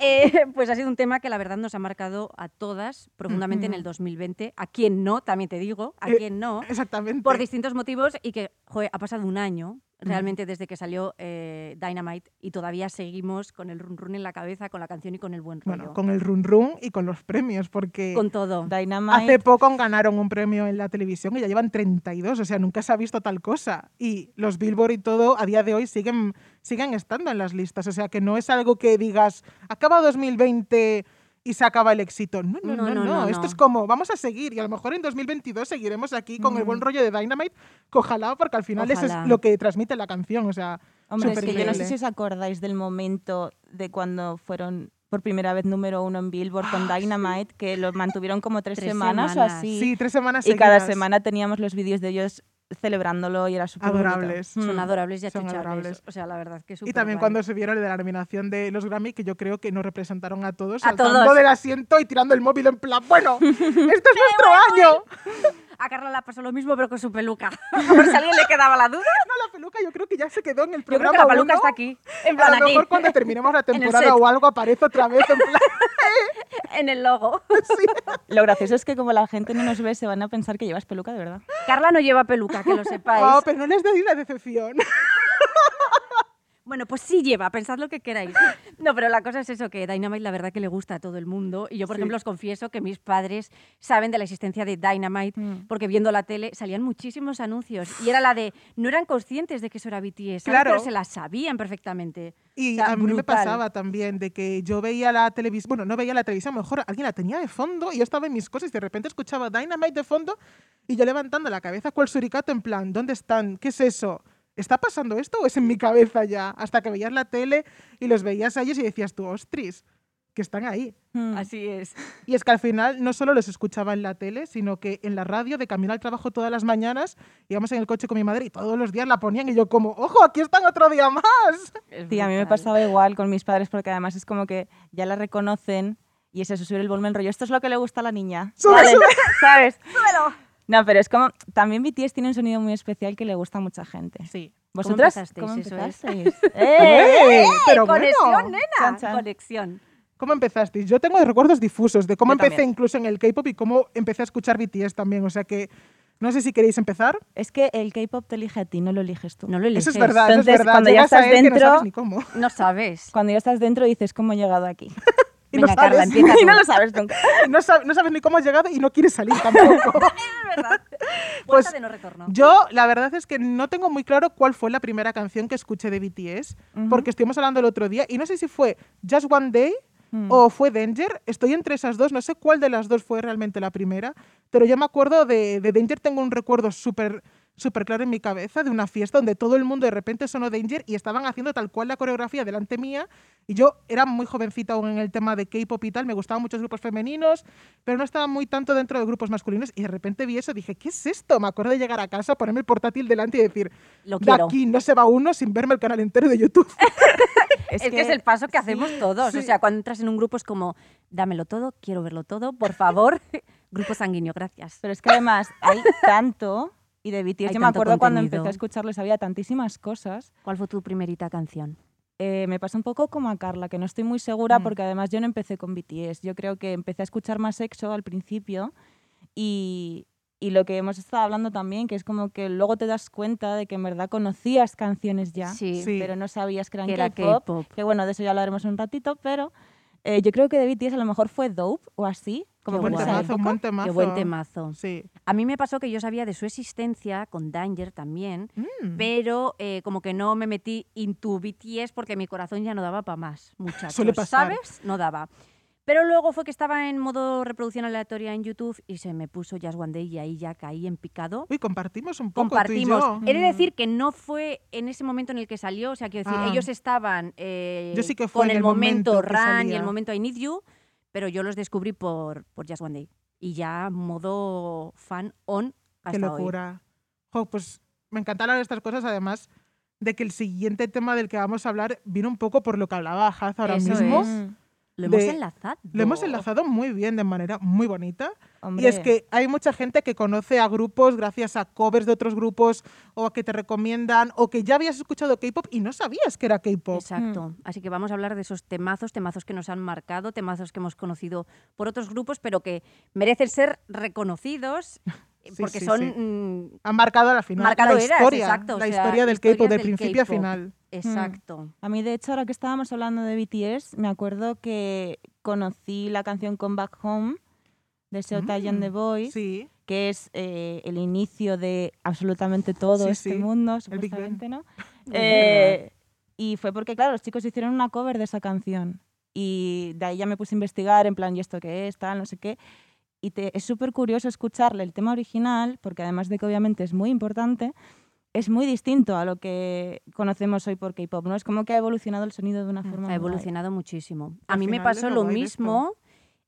D: Eh, pues ha sido un tema que la verdad nos ha marcado a todas profundamente en el 2020. A quien no, también te digo, a
B: Eh,
D: quien no,
B: Exactamente.
D: por distintos motivos y que joe, ha pasado un año realmente desde que salió eh, Dynamite y todavía seguimos con el run run en la cabeza, con la canción y con el buen rollo.
B: bueno, con el run run y con los premios, porque
D: Con todo.
C: Dynamite.
B: hace poco ganaron un premio en la televisión y ya llevan 32, o sea, nunca se ha visto tal cosa. Y los Billboard y todo a día de hoy siguen, siguen estando en las listas, o sea, que no es algo que digas, acaba 2020 y se acaba el éxito. No, no, no, no. Esto
D: no.
B: es como, vamos a seguir y a lo mejor en 2022 seguiremos aquí con el buen rollo de Dynamite, que ojalá, porque al final eso
D: Ojalá.
B: es lo que transmite la canción, o sea,
C: Hombre, es que yo no sé
B: supercreíble.
C: si os acordáis del momento de cuando fueron por primera vez número uno en Billboard con Dynamite, que lo mantuvieron como tres,
D: Tres
C: semanas,
D: semanas.
C: o así.
B: sí, tres semanas
C: y cada
B: seguidas.
C: semana teníamos los vídeos de ellos celebrándolo y era súper Mm.
B: Adorables.
D: Son adorables y
B: Son
D: achuchables.
B: adorables.
D: O sea, la verdad que
B: Y también
D: superguay.
B: cuando subieron el de la nominación de los Grammy, que yo creo que nos representaron a todos,
D: A
B: saltando
D: todos. [laughs]
B: [laughs] del asiento y tirando el móvil en plan, bueno, este es nuestro año.
D: A Carla la pasó lo mismo, pero con su peluca. [laughs] Por si a alguien le quedaba la duda.
B: No, la peluca yo creo que ya se quedó en el
D: Yo creo
B: programa.
D: que la peluca
B: uno.
D: está aquí. En
B: A
D: plan, aquí.
B: lo mejor cuando terminemos la
D: [laughs] En el
B: temporada
D: set.
B: o algo aparece otra vez
D: [laughs]
B: en plan.
D: En el logo.
C: Lo gracioso es que como la gente no nos ve, se van a pensar que llevas peluca de verdad.
D: Carla no lleva peluca, que lo sepáis.
B: Guau, "Oh, pero no les deis la decepción.
D: Bueno, pues sí lleva, pensad lo que queráis. No, pero la cosa es eso, que Dynamite la verdad que le gusta a todo el mundo. Y yo, por
B: Sí.
D: ejemplo, os confieso que mis padres saben de la existencia de Dynamite,
C: Mm.
D: porque viendo la tele salían muchísimos anuncios. Y era la de, no eran conscientes de que eso era BTS, ¿sabes?
B: Claro.
D: pero se la sabían perfectamente.
B: Y
D: O sea,
B: a mí me
D: brutal.
B: pasaba también de que yo veía la televisión, bueno, no veía la televisión, a lo mejor alguien la tenía de fondo y yo estaba en mis cosas y de repente escuchaba Dynamite de fondo y yo levantando la cabeza cual suricato en plan, ¿dónde están? ¿Qué es eso? ¿Está pasando esto o es en mi cabeza ya? Hasta que veías la tele y los veías a ellos y decías tú, ostris, que están ahí.
D: Así es.
B: Y es que al final no solo los escuchaba en la tele, sino que en la radio de camino al trabajo todas las mañanas, íbamos en el coche con mi madre y todos los días la ponían y yo como, ojo, aquí están otro día más.
C: Sí, a mí me pasaba igual con mis padres porque además es como que ya la reconocen y es eso, subir el volumen rollo. Esto es lo que le gusta a la niña.
B: Sube,
C: ¿vale?
B: sube.
C: ¿Sabes? No, pero es como... También BTS tiene un sonido muy especial que le gusta a mucha gente.
D: Sí.
C: ¿Vosotras?
D: empezasteis? Eso es. [laughs]
C: empezasteis? ¡Eh!
B: ¡Eh! Pero
D: conexión,
B: bueno.
D: nena.
C: Chan, chan.
D: Conexión.
B: ¿Cómo empezasteis? Yo tengo recuerdos difusos de cómo
C: Yo
B: empecé
C: también.
B: incluso en el K-pop y cómo empecé a escuchar BTS también. O sea que no sé si queréis empezar.
C: Es que el K-pop te elige a ti, no lo eliges tú.
D: No lo eliges.
B: Eso es verdad, eso es
C: Entonces,
B: verdad.
C: cuando ya
B: Llegas a
C: estás
B: él que
C: dentro-
B: no sabes ni cómo. [laughs]
D: No sabes.
C: Cuando ya estás dentro dices, ¿cómo he llegado aquí?
B: Y no
D: Venga, Carla,
B: sabes.
D: [laughs]
C: [laughs]
D: empieza
C: y no
D: tú.
C: lo sabes nunca.
B: No, sab- no sabes ni cómo has llegado y no quieres salir tampoco.
C: [laughs]
D: Es [laughs] verdad.
B: Pues-
D: Puerta de no retorno.
B: Yo, la verdad es que no tengo muy claro cuál fue la primera canción que escuché de BTS, porque estuvimos hablando el otro día y no sé si fue Just One Day
C: Mm.
B: o fue Danger. Estoy entre esas dos, no sé cuál de las dos fue realmente la primera, pero yo me acuerdo de, de Danger, tengo un recuerdo súper súper claro en mi cabeza de una fiesta donde todo el mundo de repente sonó Danger y estaban haciendo tal cual la coreografía delante mía y yo era muy jovencita aún en el tema de K-pop y tal, me gustaban muchos grupos femeninos, pero no estaba muy tanto dentro de grupos masculinos y de repente vi eso, dije, ¿qué es esto? Me acuerdo de llegar a casa, ponerme el portátil delante y decir,
D: Lo
B: de
D: quiero.
B: aquí no se va uno sin verme el canal entero
D: [laughs]
B: de YouTube.
D: Es, que, es el paso que hacemos todos. O
B: sí.
D: sea, cuando entras en un grupo es como, dámelo todo, quiero verlo todo, por [laughs] favor. grupo sanguíneo, gracias.
C: Pero es que además
D: [laughs]
C: hay tanto... Y de BTS,
D: Hay
C: yo me
D: tanto
C: acuerdo cuando
D: contenido.
C: empecé a escucharles había tantísimas cosas
D: ¿Cuál fue tu primerita canción?
C: Eh, me pasa un poco como a Carla, que no estoy muy segura
D: Mm.
C: porque además yo no empecé con BTS. Yo creo que empecé a escuchar más sexo al principio y, y lo que hemos estado hablando también, que es como que luego te das cuenta de que en verdad conocías canciones ya,
D: Sí,
B: Sí.
C: pero no sabías que eran
D: que era
C: K-pop.
D: K-pop.
C: Que bueno, de eso ya hablaremos en un ratito, pero eh, yo creo que de BTS a lo mejor fue Dope o así. Como
D: Qué
B: buen
D: guay.
C: empezar un
B: temazo, un
C: poco.
B: buen temazo.
D: Qué buen temazo.
B: Sí.
D: A mí me pasó que yo sabía de su existencia, con Danger también,
B: Mm.
D: pero eh, como que no me metí into BTS porque mi corazón ya no daba para
B: [laughs]
D: más, muchachos.
B: Suele pasar.
D: ¿Sabes? No daba. Pero luego fue que estaba en modo reproducción aleatoria en YouTube y se me puso Just One Day y ahí ya caí en picado.
B: Uy, compartimos un poco
D: compartimos.
B: tú y yo.
D: He de decir que no fue en ese momento en el que salió, o sea, quiero decir,
B: Ah.
D: ellos estaban eh,
B: Yo sí que fue
D: con
B: en
D: el,
B: el
D: momento,
B: momento que
D: Run y
B: salía.
D: el momento I Need You, pero yo los descubrí por, por Just One Day y ya modo fan on hasta
B: Qué
D: hoy.
B: locura. Jo, pues me encanta hablar de estas cosas, además de que el siguiente tema del que vamos a hablar vino un poco por lo que hablaba Haz ahora
D: Eso
B: mismo.
D: es.
C: Mm,
D: Lo hemos
B: de-
D: enlazado.
B: Lo hemos enlazado muy bien, de manera muy bonita.
C: hombre.
B: Y es que hay mucha gente que conoce a grupos gracias a covers de otros grupos o a que te recomiendan o que ya habías escuchado K-pop y no sabías que era K-pop.
D: Exacto. Así que vamos a hablar de esos temazos, temazos que nos han marcado, temazos que hemos conocido por otros grupos, pero que merecen ser
B: [laughs]
D: reconocidos eh,
B: Sí,
D: porque
B: sí,
D: son
B: sí.
D: mm,
B: Ha marcado la final
D: Marcado
B: la
D: eras,
B: historia,
D: exacto, o
B: la
D: sea,
B: historia del
D: historias
B: K-pop de
D: del
B: principio a
D: K-pop.
B: final.
D: Exacto.
C: A mí, de hecho, ahora que estábamos hablando de BTS, me acuerdo que conocí la canción Come Back Home de Seo Taeyeon The Boys,
B: Sí,
C: que es eh, el inicio de absolutamente todo
B: Sí,
C: este
B: sí,
C: mundo,
B: el Big Bang.
C: supuestamente,
B: [laughs]
C: ¿no? Eh, y fue porque, claro, los chicos hicieron una cover de esa canción. Y de ahí ya me puse a investigar, en plan, ¿y esto qué es? Tal, no sé qué. Y te- es súper curioso escucharle el tema original, porque además de que obviamente es muy importante, es muy distinto a lo que conocemos hoy por K-pop, ¿no? Es como que ha evolucionado el sonido de una
B: Mm.
C: forma. muy
D: Ha
C: guay.
D: evolucionado muchísimo. A
B: Al
D: mí me
B: final es
D: pasó
B: lo
D: lo
B: guay de
D: mismo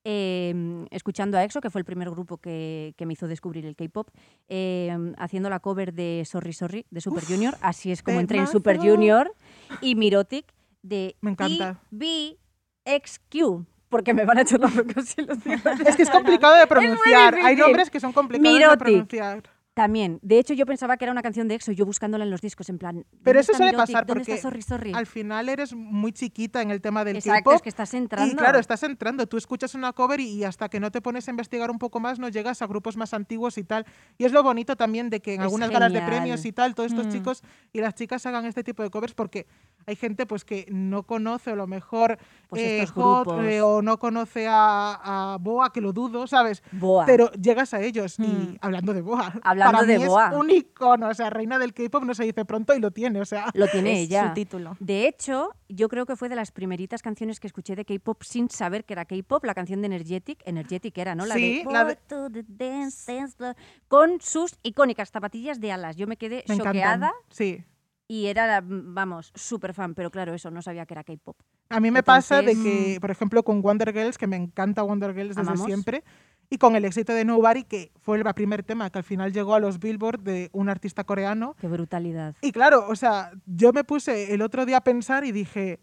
D: eh, escuchando a EXO, que fue el primer grupo que, que me hizo descubrir el K-pop, eh, haciendo la cover de Sorry Sorry de Super Junior. Así es como entré en
B: temazo.
D: Super Junior y Mirotic de E
B: Me encanta.
D: BXQ. porque me van a echar la boca [laughs] si lo digo.
B: Es que es complicado
D: [laughs]
B: de pronunciar. Hay
D: difícil.
B: nombres que son complicados de
D: Mirotic.
B: pronunciar.
D: También, de hecho yo pensaba que era una canción de EXO, yo buscándola en los discos, en plan... ¿dónde
B: Pero eso
D: está
B: suele
D: Mirotic?
B: pasar
D: ¿Dónde
B: porque
D: está Sorry Sorry?
B: al final eres muy chiquita en el tema del
D: Exacto,
B: K-pop
D: es que estás entrando.
B: Y claro, estás entrando, tú escuchas una cover y, y hasta que no te pones a investigar un poco más no llegas a grupos más antiguos y tal. Y es lo bonito también de que en
D: Es
B: algunas galas de
D: genial.
B: premios y tal, todos estos
C: Mm.
B: chicos y las chicas hagan este tipo de covers porque hay gente pues que no conoce a lo mejor
D: Pues
B: eh,
D: estos
B: Hot,
D: grupos.
B: eh, o no conoce a, a Boa, que lo dudo, ¿sabes?
D: Boa.
B: Pero llegas a ellos
D: Mm.
B: y hablando de Boa,
D: Hablando
B: para
D: de
B: mí
D: Boa.
B: es un icono, o sea, reina del K-pop no se dice pronto y lo tiene, o sea.
D: Lo tiene
C: Es
D: ella.
C: su título.
D: De hecho, yo creo que fue de las primeritas canciones que escuché de K-pop sin saber que era K-pop, la canción de Energetic. Energetic era, ¿no? La
B: Sí,
D: de,
B: la de-
D: "Go to the dance, dance, dance", Con sus icónicas zapatillas de alas. Yo me quedé
B: Me encantan.
D: choqueada
B: Sí.
D: y era, mm, vamos, súper fan, pero claro, eso, no sabía que era K-pop.
B: A mí me pasa de que, por ejemplo, con Wonder Girls, que me encanta Wonder Girls desde
D: Amamos.
B: siempre, y con el éxito de Nobody, que fue el primer tema que al final llegó a los Billboard de un artista coreano.
D: Qué brutalidad.
B: Y claro, o sea, yo me puse el otro día a pensar y dije,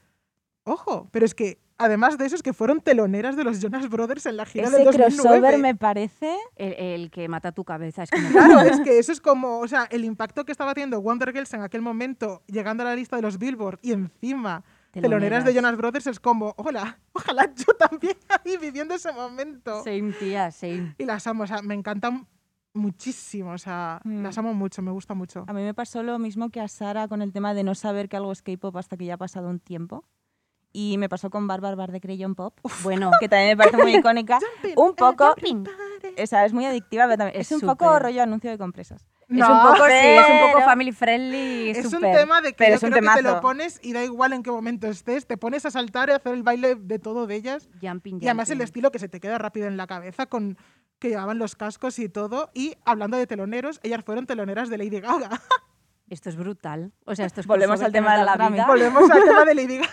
B: ojo, pero es que además de eso es que fueron teloneras de los Jonas Brothers en la gira
C: Ese
B: del 2009.
C: crossover me parece.
D: El, el que mata tu cabeza es
B: [laughs]
D: como...
C: [laughs]
B: Claro, es que eso es como, o sea, el impacto que estaba teniendo Wonder Girls en aquel momento, llegando a la lista de los Billboard y encima teloneras, de Jonas Brothers, es como, hola, ojalá yo también [laughs] ahí viviendo ese momento.
D: Same, tía, same.
B: Y las amo, o sea, me encantan muchísimo, o sea,
C: Mm.
B: las amo mucho, me gusta mucho.
C: A mí me pasó lo mismo que a Sara con el tema de no saber que algo es K-pop hasta que ya ha pasado un tiempo. Y me pasó con Barbar Bar de Crayon Pop, [laughs]
D: Bueno,
B: [laughs]
C: que también me parece muy icónica.
B: Jumping,
C: un poco.
D: jumping.
C: O sea, es muy adictiva, pero también. Es,
D: Es
C: un poco
D: súper. Mm,
C: rollo anuncio de compresas.
D: es un poco, sí, es un poco
C: pero-
D: family friendly,
B: es un
D: súper.
B: tema de que
C: pero
B: yo
C: es un
B: creo que te lo
C: temazo.
B: pones y da igual en qué momento estés, te pones a saltar y a hacer el baile de todo de ellas.
D: Jumping,
B: Y además el
D: jumping.
B: estilo que se te queda rápido en la cabeza con que llevaban los cascos y todo. Y hablando de teloneros, ellas fueron teloneras de Lady Gaga.
D: Esto es brutal. O sea, esto es
C: Volvemos
D: crossover
C: al
D: que
C: tema de
D: nos da
C: la
B: [laughs]
C: trama.
D: vida.
B: Volvemos al tema de Lady Gaga.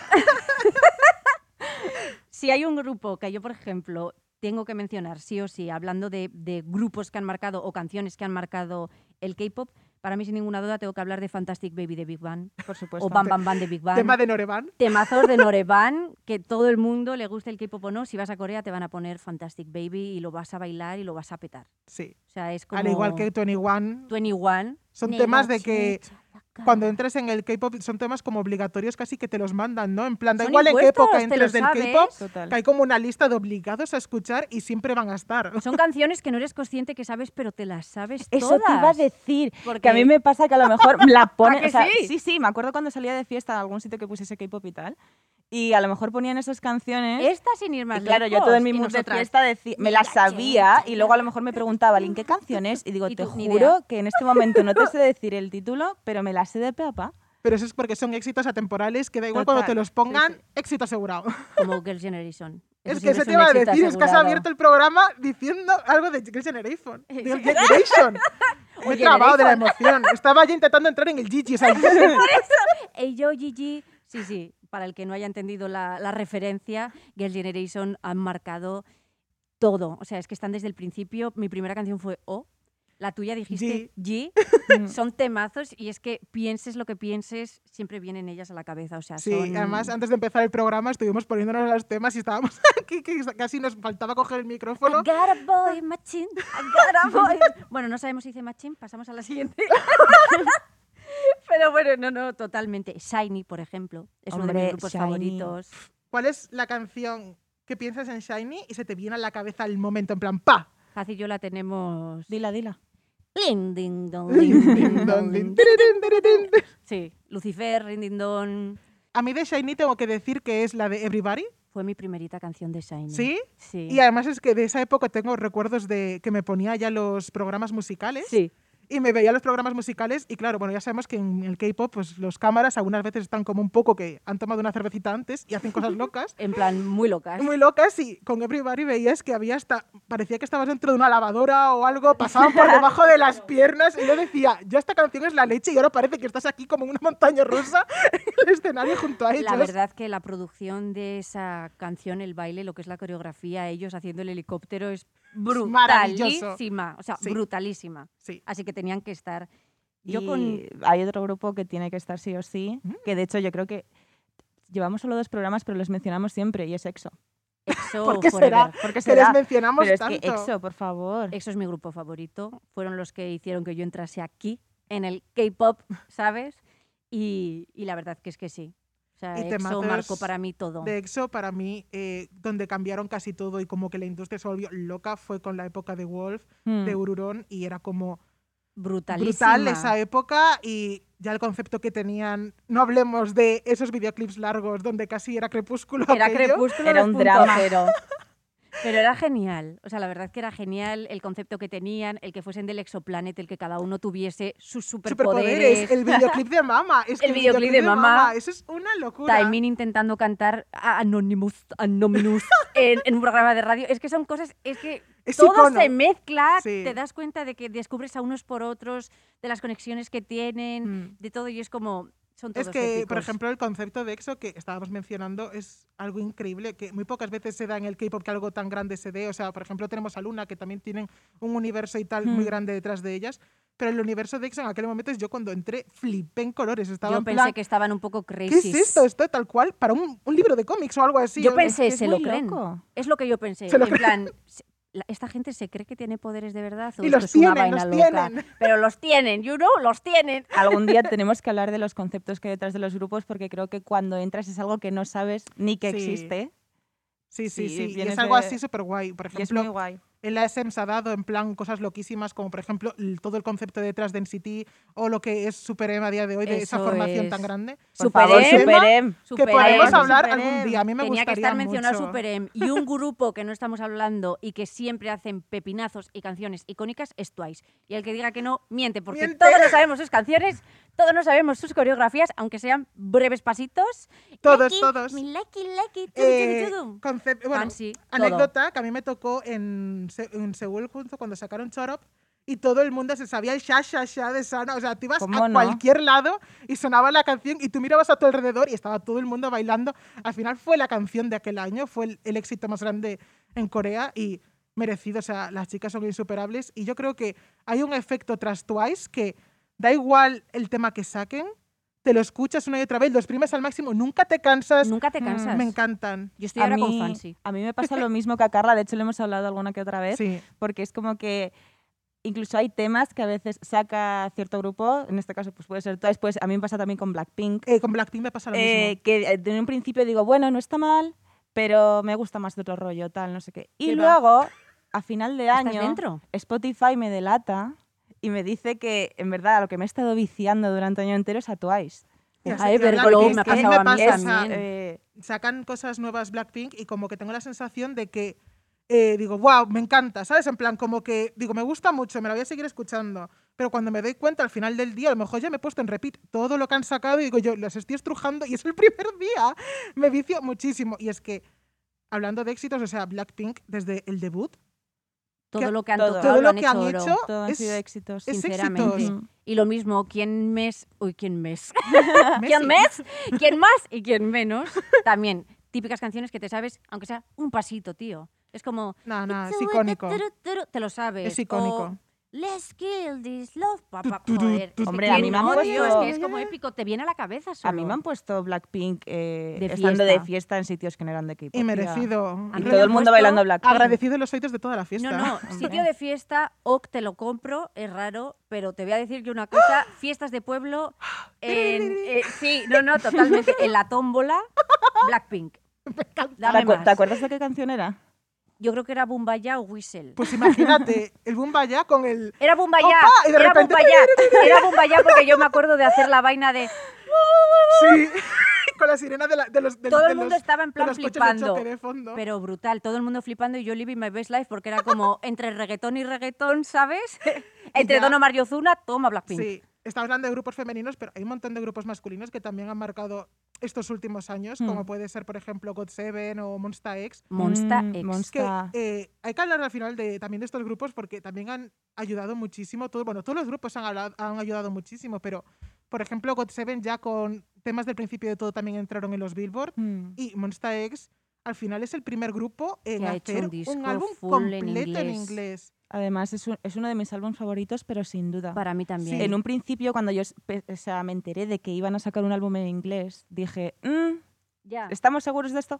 D: Si hay un grupo que yo, por ejemplo, tengo que mencionar sí o sí, hablando de, de grupos que han marcado o canciones que han marcado el K-pop, para mí sin ninguna duda tengo que hablar de Fantastic Baby de Big Bang
B: [laughs]
C: Por supuesto.
D: o Bam Bam Bam de Big Bang.
B: Tema de Norevan.
D: Temazos
C: [laughs]
D: de Norevan, que todo el mundo le guste el K-pop o no, si vas a Corea te van a poner Fantastic Baby y lo vas a bailar y lo vas a petar.
B: Sí.
D: O sea, es como
B: Al igual que 21.
D: 21.
B: Son temas de que cuando entras en el K-pop son temas como obligatorios casi que te los mandan, ¿no? En plan, da
D: Son
B: igual en qué
D: impuestos,
B: época
D: te lo
B: entres del
D: sabes.
B: K-pop,
C: Total.
B: que hay como una lista de obligados a escuchar y siempre van a estar. [laughs]
D: Son canciones que no eres consciente que sabes, pero te las sabes
C: Eso
D: todas.
C: te iba a decir.
D: Porque-
C: Que a mí me pasa que a lo mejor
D: [laughs]
C: la ponen.
D: que
C: o sea,
D: sí?
C: sí, sí, me acuerdo cuando salía de fiesta en algún sitio que pusiese K-pop y tal. Y a lo mejor ponían esas canciones.
B: ¿Eh?
D: Esta sin ir más
C: Y claro, yo
D: lejos,
C: todo en mi
D: y
C: mundo de
D: nosotras,
C: fiesta decí- me las sabía y luego a lo mejor me preguntaba, ¿en qué canciones? Y digo,
D: Y
C: te
D: tú, ni idea.
C: juro que en este momento no te sé decir el título, pero me las sé de pe a pa.
B: Pero eso es porque son éxitos atemporales que da igual cuando
C: Total,
B: te los
C: sí,
B: pongan,
C: sí.
B: éxito asegurado. [laughs]
D: como Girls' Generation.
B: Es
D: Eso siempre
B: que se
D: un
B: te iba a
D: éxito
B: decir, es que has
D: asegurado.
B: abierto el programa diciendo algo de Girls'
D: [laughs]
B: Generation.
D: Sí.
B: Girls' Generation. Me he trabado de la emoción. Estaba yo intentando entrar en el Gigi. o sea,
D: [laughs] Ey, yo, Gigi, sí, sí, para el que no haya entendido la, la referencia, Girls' Generation han marcado todo. O sea, es que están desde el principio. Mi primera canción fue O. La tuya dijiste G.
C: Mm.
B: Mm.
D: Son temazos y es que pienses lo que pienses, siempre vienen ellas a la cabeza. O sea,
B: sí,
D: son-
B: además, antes de empezar el programa estuvimos poniéndonos los temas y estábamos [laughs] aquí, que casi nos faltaba coger el
D: I
B: micrófono.
D: got a boy, machín. I got a boy. Bueno, no sabemos si dice machín, pasamos a la siguiente. Pero bueno, no, no, totalmente. Shiny, por ejemplo, es uno de mis
C: Hombre,
D: grupos
C: Shiny.
D: favoritos.
B: ¿Cuál es la canción que piensas en Shiny y se te viene a la cabeza el momento en plan pa?
D: Fácil, yo la tenemos.
C: Dila, dila.
D: Lin, ding, dong, lin, ding, dong, lin.
B: A
D: Sí, Lucifer, Rin, ding, dong.
B: mí de Shiny tengo que decir que es la de Everybody,
D: Fue mi primerita canción de Shiny.
B: ¿sí?
D: Mm. Sí.
B: Y además es que de esa época tengo recuerdos de que me ponía ya los programas musicales.
D: Sí.
B: Y me veía los programas musicales y claro, bueno, ya sabemos que en el K-pop pues los cámaras algunas veces están como un poco que han tomado una cervecita antes y hacen
D: [laughs]
B: cosas locas,
D: En plan, muy locas.
B: muy locas y con Everybody veías que había hasta parecía que estabas dentro de una lavadora o algo, pasaban por debajo de las piernas y yo decía, "Yo esta canción es la leche y ahora parece que estás aquí como en una montaña rusa [laughs] en el escenario junto a ellos."
D: La verdad que la producción de esa canción, el baile, lo que es la coreografía, ellos haciendo el helicóptero es
B: maravilloso.
D: brutalísima, o sea,
B: Sí.
D: brutalísima.
B: Sí.
D: Así que tenían que estar. Yo
C: Yo
D: con
B: [laughs]
C: Hay otro grupo que tiene que estar sí o sí, que de hecho yo creo que llevamos solo dos programas, pero los mencionamos siempre, y es EXO.
D: EXO
B: ¿Por qué
D: Oh, forever.
B: será?
C: Porque
B: Que
C: se da.
B: les mencionamos
C: Pero es
B: tanto.
C: que EXO, por favor.
D: EXO es mi grupo favorito. Fueron los que hicieron que yo entrase aquí, en el K-pop, ¿sabes? Y, y la verdad que es que sí. O sea,
B: Y
D: EXO
B: temazos
D: marcó para mí todo.
B: de EXO para mí, eh, donde cambiaron casi todo y como que la industria se volvió loca fue con la época de Wolf,
C: Mm.
B: de Ururón y era como
D: Brutalísima.
B: brutal esa época y ya el concepto que tenían, no hablemos de esos videoclips largos donde casi era crepúsculo.
D: Era
B: aquello.
D: crepúsculo.
C: Era un
D: 2.0.
C: drama. Pero...
D: Pero era genial, o sea, la verdad que era genial el concepto que tenían, el que fuesen del exoplanet, el que cada uno tuviese sus superpoderes,
B: Superpoderes, el videoclip de Mama. Es
D: [laughs]
B: que
D: El videoclip de Mama.
B: Eso es una locura.
D: Taemin intentando cantar a Anonymous, Anonymous en, en un programa de radio. Es que son cosas, es que
B: Es
D: todo
B: icono.
D: se mezcla,
B: Sí.
D: te das cuenta de que descubres a unos por otros, de las conexiones que tienen,
B: Mm.
D: de todo, y es como, son todos
B: Es que,
D: épicos.
B: por ejemplo, el concepto de EXO que estábamos mencionando es algo increíble, que muy pocas veces se da en el K-pop que algo tan grande se dé. O sea, por ejemplo, tenemos a Luna, que también tienen un universo y tal muy
D: Mm.
B: grande detrás de ellas. Pero el universo de EXO en aquel momento es yo cuando entré flipé en colores. Estaba
D: yo
B: en
D: pensé
B: plan,
D: que estaban un poco
B: ¿qué
D: crazy.
B: es esto? Esto tal cual para un, un libro de cómics o algo así.
D: Yo
B: O-
D: pensé,
C: es que
D: se
C: es
D: lo
C: muy
D: creen.
C: loco.
D: Es lo que yo pensé.
B: Se lo
D: en plan, se- la- esta gente se cree que tiene poderes de verdad. O
B: Y
D: esto
B: los
D: es una
B: tienen,
D: vaina
B: los
D: loca.
B: tienen.
D: Pero los tienen, you know, los tienen.
C: Algún día tenemos que hablar de los conceptos que hay detrás de los grupos porque creo que cuando entras es algo que no sabes ni que
B: Sí.
C: existe.
B: Sí, sí,
C: Sí,
B: sí. Y
C: vienes
B: es algo
C: de-
B: así súper guay. Por
C: Y es muy
B: ejemplo,
C: guay.
B: el ASM se ha dado en plan cosas loquísimas, como por ejemplo el- todo el concepto de Trans Density o lo que es Super M a día de hoy, de esa
D: Eso
B: formación
D: es.
B: tan grande.
C: Por
D: Por
C: favor,
D: favor,
B: Super
C: Super
B: M.
C: M.
B: que
D: Super
B: podemos
D: M.
B: hablar
C: Super
B: algún
C: M.
B: día. A mí me
D: Tenía que
B: gustaría
D: estar mencionado
B: mucho.
D: Super M. Y un grupo que no estamos hablando y que siempre hacen pepinazos y canciones icónicas es Twice. Y el que diga que no, miente, porque
B: Miente.
D: todos no sabemos sus canciones, todos no sabemos sus coreografías, aunque sean breves pasitos.
B: Todos,
D: Lucky,
B: todos.
D: Mi lucky, lucky, tum,
B: Eh,
D: tum, tum.
B: concep- bueno,
D: Fancy, todo.
B: anécdota que a mí me tocó en, Se- en Seúl junto cuando sacaron Chorop y todo el mundo se sabía el sha sha sha de Sana, o sea, tú ibas a
C: ¿Cómo no?
B: cualquier lado y sonaba la canción y tú mirabas a tu alrededor y estaba todo el mundo bailando. Al final fue la canción de aquel año, fue el, el éxito más grande en Corea y merecido, o sea, las chicas son insuperables y yo creo que hay un efecto tras Twice que da igual el tema que saquen, te lo escuchas una y otra vez, lo exprimes al máximo, nunca te cansas,
D: Nunca te
C: Mm,
D: cansas.
B: me encantan.
D: Yo estoy ahora con Fancy.
C: a mí me pasa lo mismo que a Carla, de hecho lo hemos hablado alguna que otra vez,
B: Sí.
C: porque es como que incluso hay temas que a veces saca cierto grupo, en este caso pues puede ser Twice, pues a mí me pasa también con Blackpink,
B: Eh, con Blackpink me pasa lo
C: eh, que eh, de un principio digo, bueno, no está mal, pero me gusta más de otro rollo, tal, no sé qué. Y
B: Sí, va.
C: luego, a final de
D: ¿Estás
C: año,
D: dentro?
C: Spotify me delata y me dice que en verdad a lo que me he estado viciando durante un año entero es a Twice.
B: mismo.
D: Ay, pero
B: Sí, Blackpink,
D: luego me ha
B: es que mí
D: pasado a mí
B: pasa, o sea,
D: Ah, también.
C: Eh,
B: sacan cosas nuevas Blackpink y como que tengo la sensación de que eh, digo, wow, me encanta, ¿sabes? En plan, como que digo, me gusta mucho, me la voy a seguir escuchando. Pero cuando me doy cuenta al final del día, a lo mejor ya me he puesto en repeat todo lo que han sacado y digo, yo los estoy estrujando y es el [laughs] primer día. Me vicio muchísimo. Y es que, hablando de éxitos, o sea, Blackpink desde el debut,
D: Todo lo que han
C: todo.
D: tocado
B: todo
D: lo
B: lo
D: han
B: que han
D: hecho oro.
B: hecho
C: todo han
B: es,
C: sido éxitos.
B: es
D: sinceramente.
B: éxitos.
C: Mm.
D: Y lo mismo, ¿quién mes? Uy, ¿quién
B: [laughs]
D: mes?
B: Messi.
D: ¿Quién mes?
B: [laughs]
D: ¿Quién más y quién menos? También, típicas canciones que te sabes, aunque sea un pasito, tío. Es como...
B: No, no,
D: "It's
B: es
D: a way
B: icónico.
D: that turu, turu", Te lo sabes.
B: Es icónico.
D: O, Let's kill this love, papá.
B: Tu, tu, tu,
D: Joder,
B: tu,
D: es que
C: Hombre, a
D: tiene
C: mí me han
D: un odio, es
C: puesto-
D: que es como épico, te viene a la cabeza solo.
C: A mí me han puesto Blackpink eh,
D: De
C: estando de
D: fiesta.
C: fiesta en sitios que no eran de K-pop.
B: Y
C: tía.
B: merecido.
C: Y
D: mí me
C: todo el
D: han
C: mundo
D: puesto
C: bailando Blackpink.
B: Agradecido los oídos de toda la fiesta.
D: No,
B: [laughs]
D: no, sitio
C: Hombre.
D: de fiesta, ok, te lo compro, es raro, pero te voy a decir que una
B: [gasps]
D: cosa, fiestas de pueblo, en- eh, sí, no, no, totalmente, en la
B: [laughs]
D: tómbola, Blackpink.
C: ¿Te,
D: Dame
C: acu- ¿Te
D: más.
C: acuerdas de qué canción era?
D: Yo creo que era Bumbaya o Whistle.
B: Pues imagínate, el Bumba ya
D: [laughs]
B: con el.
D: Era Bumbaya,
B: Opa, y de
D: era
B: repente-
D: Bumbaya, era Bumbaya porque yo me acuerdo de hacer la vaina
B: [laughs]
D: de
B: Sí. [laughs] con la sirena de, la- de los. de-
D: todo
B: de
D: el mundo
B: los-
D: estaba en
B: de
D: plan
B: los coches de
D: flipando,
B: choque de fondo.
D: pero brutal, todo el mundo flipando y yo living my best life porque era
B: [laughs]
D: como entre reggaetón y reggaetón, ¿sabes? entre
B: ya.
D: Don Omar y Ozuna, toma Blackpink.
B: Sí. Estamos hablando de grupos femeninos, pero hay un montón de grupos masculinos que también han marcado estos últimos años,
D: Mm.
B: como puede ser, por ejemplo, God Seven o Monsta X.
D: Monsta
C: Mm,
D: X.
B: Es que
C: Monsta.
B: eh, hay que hablar al final de, también de estos grupos porque también han ayudado muchísimo. Todo, bueno, todos los grupos han, hablado- han ayudado muchísimo, pero por ejemplo, God Seven ya con temas del principio de todo también entraron en los Billboard.
C: Mm.
B: y Monsta X al final es el primer grupo en
D: ha hecho
B: hacer
D: un disco
B: álbum
D: full en
B: completo en inglés.
D: inglés. [laughs]
C: Además, es, un- es uno de mis álbumes favoritos, pero sin duda.
D: Para mí también.
B: Sí.
C: En un principio, cuando yo es- pe- o sea, me enteré de que iban a sacar un álbum en inglés, dije, "Mm,
D: Ya.
C: ¿Estamos seguros de esto?